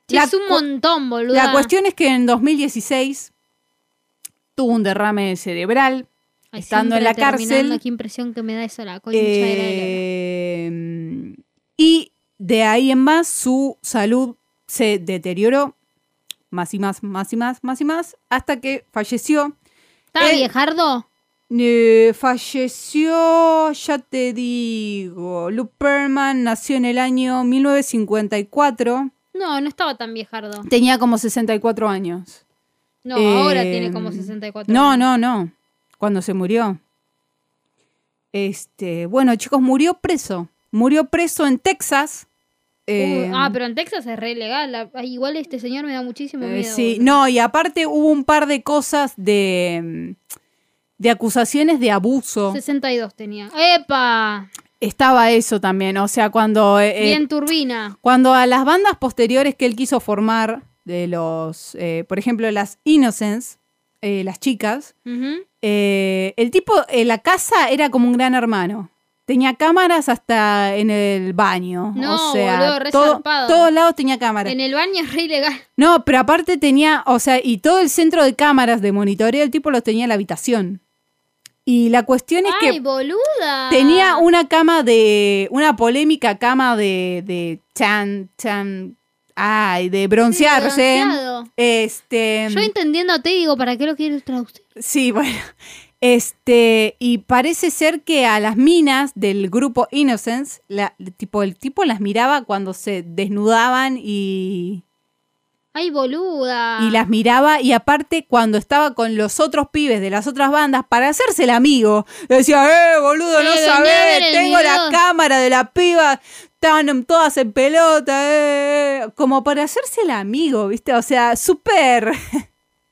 S2: Sí,
S1: La
S2: es un
S1: cu-
S2: montón, boluda.
S1: La cuestión es que en 2016 tuvo un derrame cerebral.
S2: Ay,
S1: estando
S2: siempre
S1: en la
S2: terminando,
S1: cárcel-
S2: Qué impresión que me da eso la concha de la lora.
S1: Eh, y de ahí en más su salud se deterioró más y más, más y más, más y más, hasta que falleció.
S2: ¿Estaba
S1: eh,
S2: viejardo?
S1: Eh, falleció, ya te digo, Luperman nació en el año 1954,
S2: No, no estaba tan viejardo.
S1: tenía como 64 años.
S2: No, ahora
S1: Eh,
S2: tiene como 64.
S1: No,
S2: años.
S1: no, no, cuando se murió. Este, bueno chicos, murió preso, murió preso en Texas.
S2: Uh,
S1: Eh,
S2: ah, pero en Texas es re legal. La- ay, igual este señor me da muchísimo
S1: Eh,
S2: miedo.
S1: sí,
S2: boludo.
S1: no, y aparte hubo un par de cosas de, mm, de acusaciones de abuso.
S2: 62 tenía. ¡Epa!
S1: Estaba eso también, o sea, cuando, eh, eh,
S2: Bien turbina.
S1: cuando a las bandas posteriores que él quiso formar, de los, eh, por ejemplo, las Innocents, eh, las chicas,
S2: Ujú.
S1: eh, el tipo, eh, la casa era como un gran hermano. Tenía cámaras hasta en el baño.
S2: No,
S1: o sea,
S2: boludo, re
S1: todo-
S2: zarpado.
S1: todos lados tenía cámaras.
S2: En el baño es re ilegal.
S1: No, pero aparte tenía, o sea, y todo el centro de cámaras de monitoreo, el tipo lo tenía en la habitación. Y la cuestión es
S2: ¡Ay,
S1: que
S2: boluda!
S1: tenía una cama de, una polémica cama de, de chan, chan, ay, de
S2: Sí,
S1: broncearse.
S2: bronceado.
S1: este,
S2: Yo entendiéndote digo, ¿para qué lo quieres traducir?
S1: sí, bueno, este, y parece ser que a las minas del grupo Innocence, la- tipo, el tipo las miraba cuando se desnudaban y...
S2: ¡Ay, boluda!
S1: y las miraba y aparte cuando estaba con los otros pibes de las otras bandas para hacerse el amigo, decía, eh, boludo,
S2: Eh, vení
S1: no
S2: a ver
S1: sabés,
S2: el
S1: tengo la
S2: video".
S1: cámara de la piba, estaban todas en pelota, eh, como para hacerse el amigo, ¿viste? O sea, súper...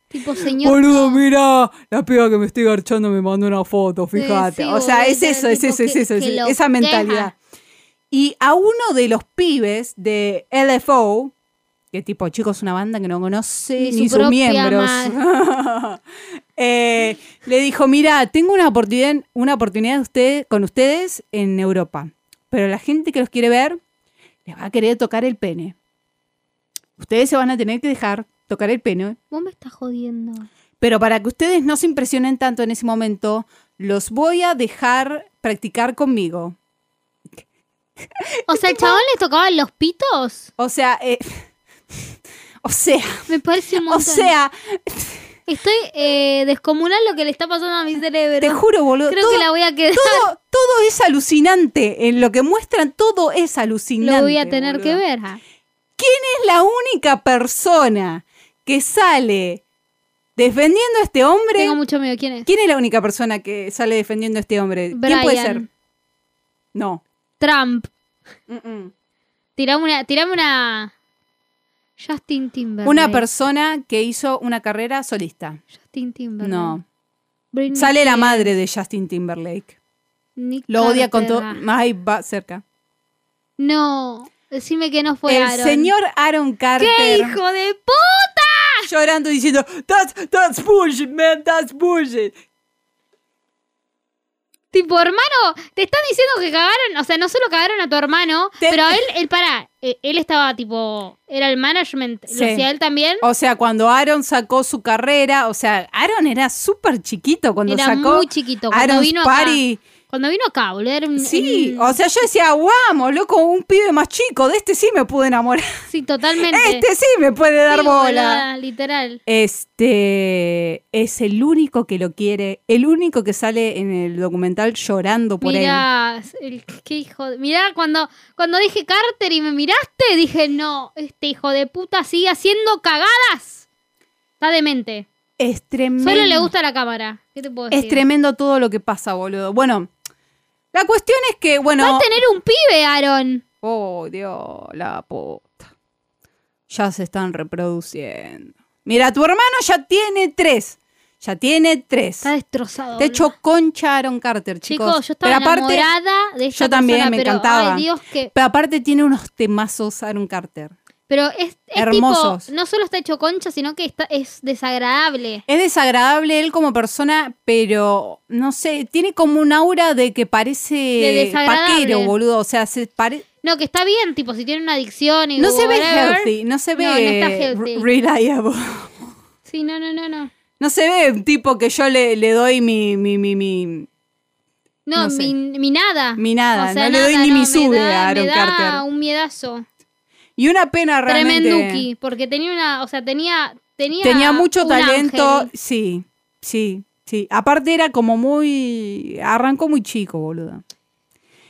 S2: Tipo, señor.
S1: Boludo, mira, la piba que me estoy garchando me mandó una foto,
S2: Sí,
S1: fíjate.
S2: sí,
S1: o sea,
S2: boludo,
S1: es eso, es
S2: tipo
S1: eso, es
S2: que-
S1: eso, es
S2: que lo
S1: esa mentalidad.
S2: deja.
S1: Y a uno de los pibes de LFO, que tipo, chicos, una banda que no conoce
S2: Ni
S1: ni,
S2: su
S1: sus
S2: propia
S1: miembros, eh, le dijo, mira, tengo una oportunidad, una oportunidad de usted, con ustedes en Europa, pero la gente que los quiere ver les va a querer tocar el pene. Ustedes se van a tener que dejar tocar el pene
S2: Vos me estás jodiendo.
S1: pero para que ustedes no se impresionen tanto en ese momento, los voy a dejar practicar conmigo.
S2: O sea, el chabón le tocaban los pitos.
S1: O sea, eh, o sea,
S2: Me parece un
S1: o
S2: montón.
S1: sea,
S2: Estoy eh, descomunal lo que le está pasando a mi cerebro.
S1: te juro, boludo.
S2: Creo
S1: todo,
S2: que la voy a quedar.
S1: todo, todo es alucinante. En lo que muestran, todo es alucinante.
S2: Lo voy a tener
S1: boludo.
S2: que ver. ah.
S1: es la única persona que sale defendiendo a este hombre.
S2: Tengo mucho miedo. ¿Quién es?
S1: ¿Quién es la única persona que sale defendiendo a este hombre? ¿Quién puede
S2: Brian.
S1: ser? No. Mm,
S2: Trump.
S1: Mm-mm.
S2: Tirame una. Tirame una. Justin Timberlake.
S1: Una persona que hizo una carrera solista.
S2: Justin Timberlake.
S1: No.
S2: Britney
S1: Sale la
S2: Spears,
S1: madre de Justin Timberlake.
S2: Nick
S1: Lo odia con todo.
S2: Carter.
S1: Ay, va cerca.
S2: No. Decime que no fue
S1: El
S2: Aaron.
S1: señor Aaron Carter.
S2: ¡Qué hijo de puta!
S1: Llorando y diciendo, that's, that's bullshit, man, that's bullshit.
S2: Tipo, hermano, te están diciendo que cagaron. O sea, no solo cagaron a tu hermano,
S1: Te-
S2: pero a él, él, pará. eh, Él estaba, tipo. Era el management.
S1: Sí.
S2: Lo hacía él también.
S1: O sea, cuando Aaron sacó su carrera, o sea, Aaron era súper chiquito cuando
S2: era
S1: sacó
S2: muy chiquito. Cuando
S1: Aaron's
S2: vino
S1: Party.
S2: acá. Mm, Cuando vino acá, boludo. Era un,
S1: Sí,
S2: un-
S1: o sea, yo decía, vamos, loco, un pibe más chico, de este sí me pude enamorar.
S2: sí, totalmente.
S1: Este sí me puede dar
S2: Sí,
S1: bola.
S2: boluda, Literal.
S1: Este es el único que lo quiere, el único que sale en el documental llorando por él.
S2: Mirá, el, qué hijo de- mirá, cuando, cuando dije Carter y me miraste, dije, no, este hijo de puta sigue haciendo cagadas. Está demente.
S1: Es tremendo.
S2: Solo le gusta la cámara. ¿Qué te puedo
S1: Es
S2: decir?
S1: tremendo todo lo que pasa, boludo. Bueno, la cuestión es que,
S2: Va
S1: bueno.
S2: a tener un pibe, Aaron.
S1: Oh, Dios, la puta. Ya se están reproduciendo. Mira, tu hermano ya tiene tres. Ya tiene tres.
S2: Está destrozado.
S1: Te
S2: boludo.
S1: hecho concha Aaron Carter, chicos.
S2: Chicos, yo estaba
S1: pero aparte,
S2: enamorada de esta
S1: yo también,
S2: persona,
S1: me
S2: pero,
S1: encantaba.
S2: Ay, Dios, que...
S1: pero aparte tiene unos temazos Aaron Carter.
S2: Pero es, es
S1: Hermosos.
S2: tipo, no solo está hecho concha, sino que está, es desagradable.
S1: Es desagradable él como persona, pero no sé, tiene como un aura de que parece
S2: desagradable.
S1: paquero, boludo. O sea, se pare-
S2: No, que está bien, tipo, si tiene una adicción y
S1: no se ve
S2: whatever.
S1: healthy, no se ve
S2: No, no está healthy.
S1: re- reliable.
S2: Sí, no, no, no, no.
S1: No se ve un tipo que yo le, le doy mi, mi, mi, mi,
S2: No,
S1: No sé.
S2: mi, mi nada.
S1: mi nada.
S2: O sea,
S1: no le doy
S2: nada,
S1: ni
S2: no,
S1: mi sube
S2: me da,
S1: a Aaron
S2: me da
S1: Carter.
S2: un miedazo.
S1: Y una pena realmente.
S2: Tremenduki. Porque tenía una. O sea, tenía. Tenía,
S1: Tenía mucho
S2: un
S1: talento,
S2: ángel.
S1: sí, sí, sí. Aparte era como muy... Arrancó muy chico, boludo.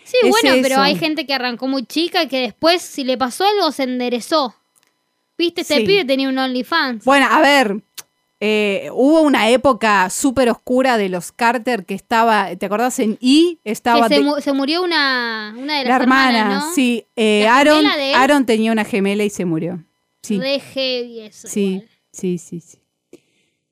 S2: Sí,
S1: Es
S2: bueno, pero
S1: eso.
S2: hay gente que arrancó muy chica y que después, si le pasó algo, se enderezó. Viste, este
S1: Sí.
S2: pibe tenía un OnlyFans.
S1: Bueno, a ver, eh, hubo una época súper oscura de los Carter que estaba, ¿te acordás? En I estaba...
S2: que se,
S1: de-
S2: mu- se murió una, una de las
S1: la hermana,
S2: hermanas, ¿no?
S1: sí. eh,
S2: La
S1: Aaron,
S2: gemela de él.
S1: Aaron tenía una gemela y se murió. Sí,
S2: Re heavy eso.
S1: sí,
S2: igual.
S1: sí, sí, sí.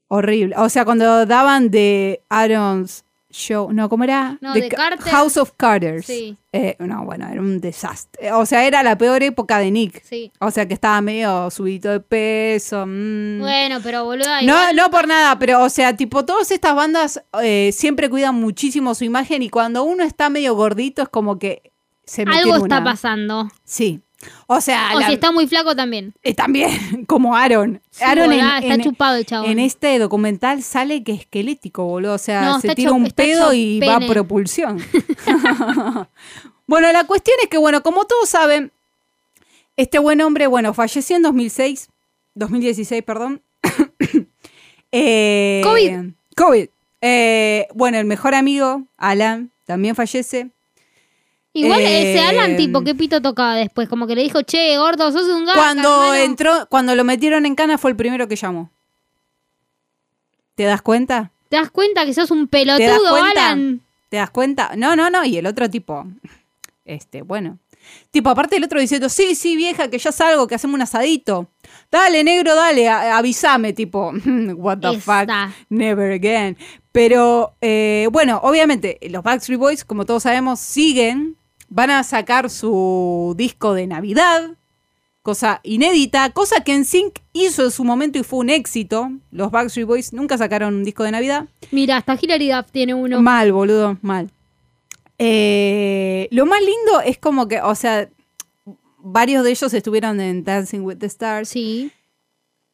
S1: Horrible. O sea, cuando daban de Aaron's Show, no, ¿cómo era?
S2: No,
S1: The
S2: de
S1: Ca-
S2: Carter.
S1: House of Carters.
S2: Sí.
S1: Eh, no, bueno, era un desastre. O sea, era la peor época de Nick.
S2: Sí.
S1: O sea, que estaba medio subidito de peso. mm.
S2: Bueno, pero boludo.
S1: No, no por nada, pero o sea, tipo, todas estas bandas eh, siempre cuidan muchísimo su imagen y cuando uno está medio gordito es como que se metió
S2: algo
S1: en
S2: está
S1: una.
S2: pasando.
S1: Sí. O sea,
S2: O
S1: la-
S2: si está muy flaco también.
S1: eh, también, como Aaron.
S2: Sí,
S1: Aaron en-
S2: boluda, está
S1: en,
S2: chupado el chabón.
S1: en este documental sale que es esquelético, boludo. O sea,
S2: No,
S1: se
S2: está
S1: tira
S2: hecho-
S1: un
S2: está
S1: pedo
S2: hecho
S1: y va a
S2: pene.
S1: propulsión. bueno, la cuestión es que, bueno, como todos saben, este buen hombre, bueno, falleció en 2006, 2016, perdón. Eh,
S2: COVID.
S1: COVID. Eh, bueno, el mejor amigo, Alan, también fallece.
S2: Igual ese
S1: Eh,
S2: Alan, tipo, ¿qué pito tocaba después? Como que le dijo, che, gordo, sos un gato.
S1: cuando
S2: Ah, hermano".
S1: entró, cuando lo metieron en cana fue el primero que llamó. ¿Te das cuenta?
S2: ¿Te das cuenta que sos un
S1: ¿Te das
S2: pelotudo,
S1: cuenta?
S2: Alan?
S1: ¿Te das cuenta? No, no, no. Y el otro tipo, este, bueno. Tipo, aparte el otro diciendo, sí, sí, vieja, que ya salgo, que hacemos un asadito. Dale, negro, dale, a- avísame, tipo, what the
S2: Esta.
S1: fuck, never again. Pero, eh, bueno, obviamente, los Backstreet Boys, como todos sabemos, siguen, van a sacar su disco de Navidad, cosa inédita, cosa que NSYNC hizo en su momento y fue un éxito. Los Backstreet Boys nunca sacaron un disco de Navidad.
S2: Mira, hasta Hilary Duff tiene uno.
S1: Mal, boludo, mal. Eh, lo más lindo es como que, o sea, varios de ellos estuvieron en Dancing with the Stars.
S2: sí.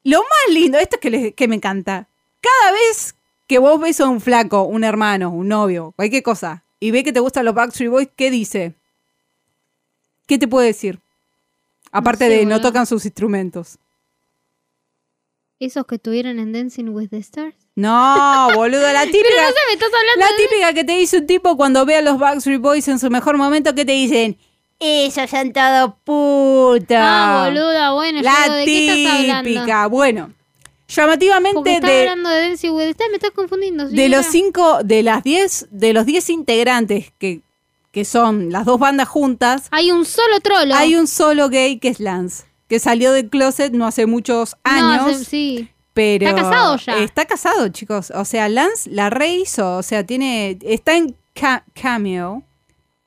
S1: Lo más lindo, esto es que, les- que me encanta. Cada vez que vos ves a un flaco, un hermano, un novio, cualquier cosa, y ve que te gustan los Backstreet Boys, ¿qué dice? ¿Qué te puede decir? Aparte
S2: sé,
S1: de no
S2: boludo.
S1: tocan sus instrumentos.
S2: Esos que estuvieron en Dancing with the Stars.
S1: No, boludo, la
S2: Pero
S1: típica,
S2: no se me estás hablando
S1: la
S2: de-
S1: típica que te dice un tipo cuando ve a los Backstreet Boys en su mejor momento, ¿qué te dicen? Esos son todos putos.
S2: Ah, boluda, bueno, yo digo,
S1: La
S2: ¿de qué estás hablando?
S1: típica. Bueno,
S2: Porque
S1: llamativamente
S2: estás
S1: de,
S2: hablando de Dancing with the Stars, me estás confundiendo.
S1: de
S2: señora.
S1: los cinco, de las diez, de los diez integrantes que, que son las dos bandas juntas,
S2: Hay un solo trolo.
S1: hay un solo gay que es Lance, que salió del closet no hace muchos años.
S2: No, se- sí.
S1: Pero
S2: Está casado ya.
S1: Está casado, chicos. O sea, Lance la rehizo. O sea, tiene. Está en Ca- Cameo.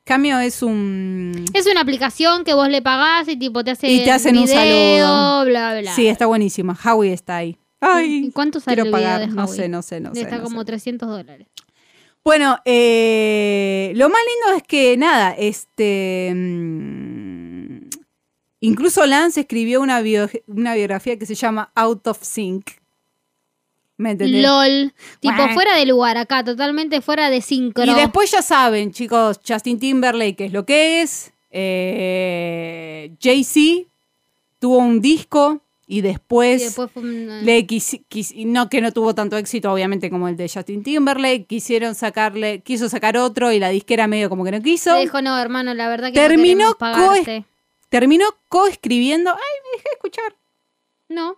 S1: Cameo es un.
S2: Es una aplicación que vos le pagás y tipo te hacen,
S1: Y te hacen un
S2: video,
S1: saludo.
S2: bla, bla.
S1: Sí, está buenísima. Howie está ahí. Ay,
S2: ¿Y ¿Cuánto sale
S1: quiero
S2: el video
S1: pagar.
S2: de
S1: No
S2: Howie?
S1: sé, no sé, no sé.
S2: Está
S1: no
S2: como
S1: sé.
S2: 300 dólares.
S1: Bueno, eh, lo más lindo es que nada, este. mm, Incluso Lance escribió una, bio- una biografía que se llama Out of Sync. ¿Me entendés?
S2: LOL. Tipo,
S1: Guau.
S2: fuera de lugar acá, totalmente fuera de sincro.
S1: Y después ya saben, chicos, Justin Timberlake es lo que es. Eh, Jay-Z tuvo un disco y después,
S2: Y después fue un-
S1: le quis- quis- no que no tuvo tanto éxito, obviamente, como el de Justin Timberlake. Quisieron sacarle, quiso sacar otro y la disquera medio como que no quiso.
S2: le dijo, no, hermano, la verdad que
S1: Terminó este
S2: no queremos pagarte.
S1: Terminó coescribiendo. Ay, me dejé de escuchar.
S2: No,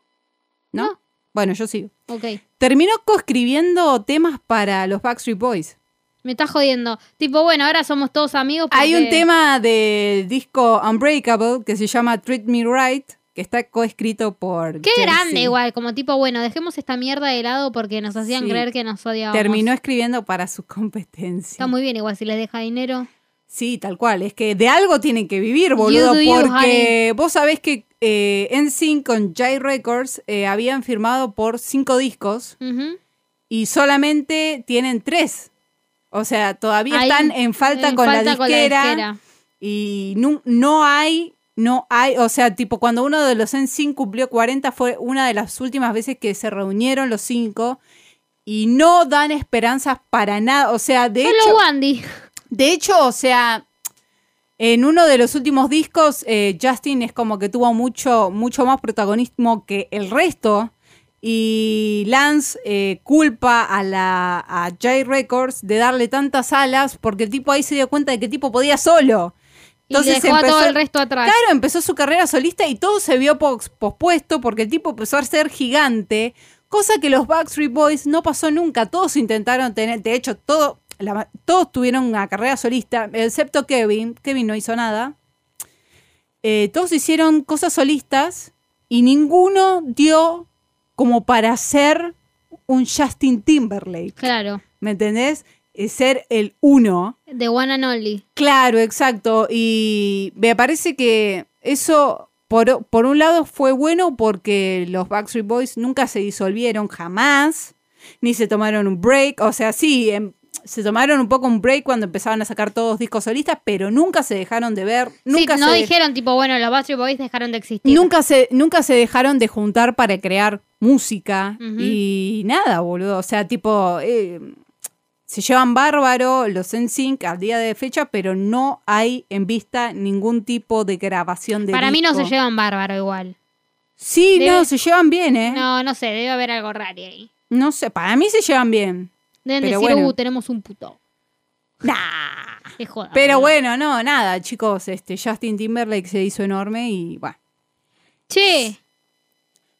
S1: ¿No?
S2: No.
S1: Bueno, yo sigo.
S2: ok.
S1: Terminó coescribiendo temas para los Backstreet Boys.
S2: Me estás jodiendo. Tipo, bueno, ahora somos todos amigos.
S1: Hay un
S2: porque-
S1: tema del disco Unbreakable que se llama Treat Me Right, que está coescrito por.
S2: Qué
S1: Jay-Z.
S2: grande, igual. Como tipo, bueno, dejemos esta mierda de lado porque nos hacían
S1: Sí.
S2: creer que nos odiábamos.
S1: Terminó escribiendo para su competencia.
S2: Está muy bien, igual, si les deja dinero.
S1: Sí, tal cual. Es que de algo tienen que vivir, boludo.
S2: do you,
S1: porque vos sabés que eh, NSYNC con Jai Records eh, habían firmado por cinco discos
S2: Ujú.
S1: y solamente tienen tres. O sea, todavía
S2: Ahí-
S1: están en falta,
S2: En
S1: con, la
S2: Eh, falta
S1: disquera y nu- no, hay, no hay, o sea, tipo cuando uno de los NSYNC cumplió 40 fue una de las últimas veces que se reunieron los cinco y no dan esperanzas para nada, o sea, de
S2: Hello,
S1: hecho,
S2: Wandy.
S1: de hecho, o sea, en uno de los últimos discos eh, Justin es como que tuvo mucho mucho más protagonismo que el resto. Y Lance eh, culpa a la a Jay Records de darle tantas alas porque el tipo ahí se dio cuenta de que el tipo podía solo.
S2: Y le
S1: Entonces
S2: dejó a todo
S1: empezó-
S2: el resto atrás.
S1: Claro, empezó su carrera solista y todo se vio pos- pospuesto porque el tipo empezó a ser gigante, cosa que los Backstreet Boys no pasó nunca. Todos intentaron tener, de hecho, todo, la ma- todos tuvieron una carrera solista, excepto Kevin. Kevin no hizo nada. Eh, todos hicieron cosas solistas y ninguno dio como para ser un Justin Timberlake.
S2: Claro.
S1: ¿Me entendés? Eh, Ser el uno.
S2: The one and only.
S1: Claro, exacto. Y me parece que eso, por, por un lado, fue bueno porque los Backstreet Boys nunca se disolvieron jamás, ni se tomaron un break. O sea, sí, em, se tomaron un poco un break cuando empezaban a sacar todos discos solistas, pero nunca se dejaron de ver. Nunca
S2: sí, no
S1: se
S2: dijeron, tipo, bueno, los Backstreet Boys dejaron de existir.
S1: Nunca se, nunca se dejaron de juntar para crear música
S2: Ujú.
S1: y nada, boludo. O sea, tipo, eh, se llevan bárbaro los NSYNC al día de fecha, pero no hay en vista ningún tipo de grabación de
S2: Para mí no
S1: disco.
S2: se llevan bárbaro igual.
S1: Sí,
S2: Debe-
S1: no, se llevan bien, ¿eh? No.
S2: No, no sé, debe haber algo raro ahí.
S1: sé, para mí se llevan bien.
S2: Deben
S1: Pero
S2: decir,
S1: bueno.
S2: uh, tenemos un puto.
S1: Nah.
S2: Es joda.
S1: Pero
S2: boludo.
S1: bueno, no, nada, chicos. Este, Justin Timberlake se hizo enorme y bueno.
S2: Che,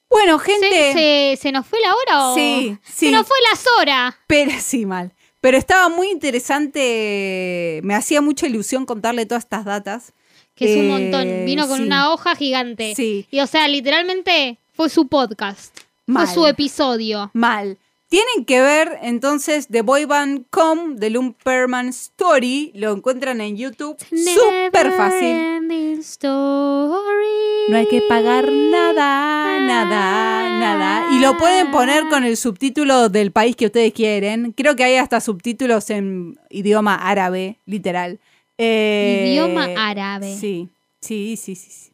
S1: Bueno,
S2: ¿se,
S1: gente.
S2: se, se nos fue la hora o.?
S1: Sí, sí.
S2: Se nos fue las horas.
S1: Pero sí, mal. Pero estaba muy interesante. Me hacía mucha ilusión contarle todas estas datas.
S2: Que es un
S1: Eh,
S2: montón. Vino con
S1: sí.
S2: una hoja gigante.
S1: Sí.
S2: Y o sea, literalmente fue su podcast.
S1: Mal.
S2: Fue su episodio.
S1: Mal. Tienen que ver entonces The Boy Band Com, The Lumperman Story. Lo encuentran en YouTube. Súper fácil.
S2: Never-ending story.
S1: No hay que pagar nada, nada, nada. Y lo pueden poner con el subtítulo del país que ustedes quieren. Creo que hay hasta subtítulos en idioma árabe, literal. Eh,
S2: Idioma árabe.
S1: Sí, sí, sí, sí. sí.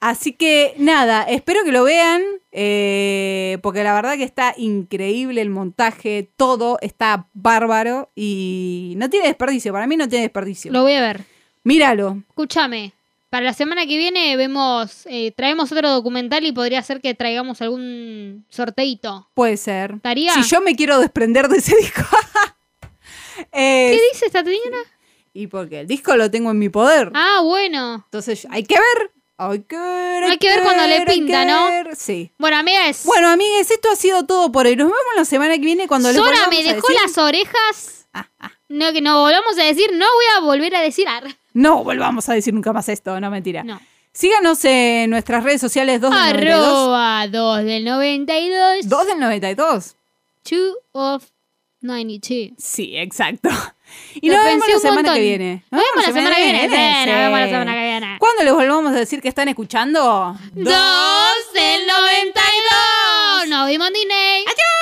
S1: Así que nada, espero que lo vean, eh, porque la verdad que está increíble el montaje, todo está bárbaro y no tiene desperdicio, para mí no tiene desperdicio.
S2: Lo voy a ver.
S1: Míralo.
S2: Escúchame, para la semana que viene vemos, eh, traemos otro documental y podría ser que traigamos algún sorteito.
S1: Puede ser.
S2: ¿Estaría?
S1: Si yo me quiero desprender de ese disco. Eh,
S2: ¿Qué dice esta señora?
S1: y porque el disco lo tengo en mi poder.
S2: Ah, bueno.
S1: Entonces hay que ver. Hay que ver.
S2: Hay que ver cuando le
S1: hay que
S2: pinta, ¿no?
S1: ver. Sí.
S2: Bueno, amiga, es...
S1: Bueno, amigues, esto ha sido todo por hoy. Nos vemos la semana que viene cuando les
S2: Sora
S1: volvamos
S2: me
S1: a
S2: dejó
S1: decir-
S2: las orejas.
S1: Ah, ah.
S2: No, que no volvamos a decir, no voy a volver a decir. ar.
S1: No volvamos a decir nunca más esto, no mentira.
S2: No.
S1: Síganos en nuestras redes sociales 2 del 92.
S2: Arroba 2 del 92.
S1: 2 del 92.
S2: 2 of 92.
S1: Sí, exacto. Y
S2: Lo
S1: nos vemos
S2: pensé
S1: la
S2: un
S1: semana
S2: montón.
S1: que Ah, viene.
S2: Nos vemos la semana que viene. Sí, Nos vemos la semana que viene.
S1: ¿Cuándo les volvamos a decir que están escuchando?
S2: 2 del 92. Nos vimos en Disney.
S1: ¡Adiós!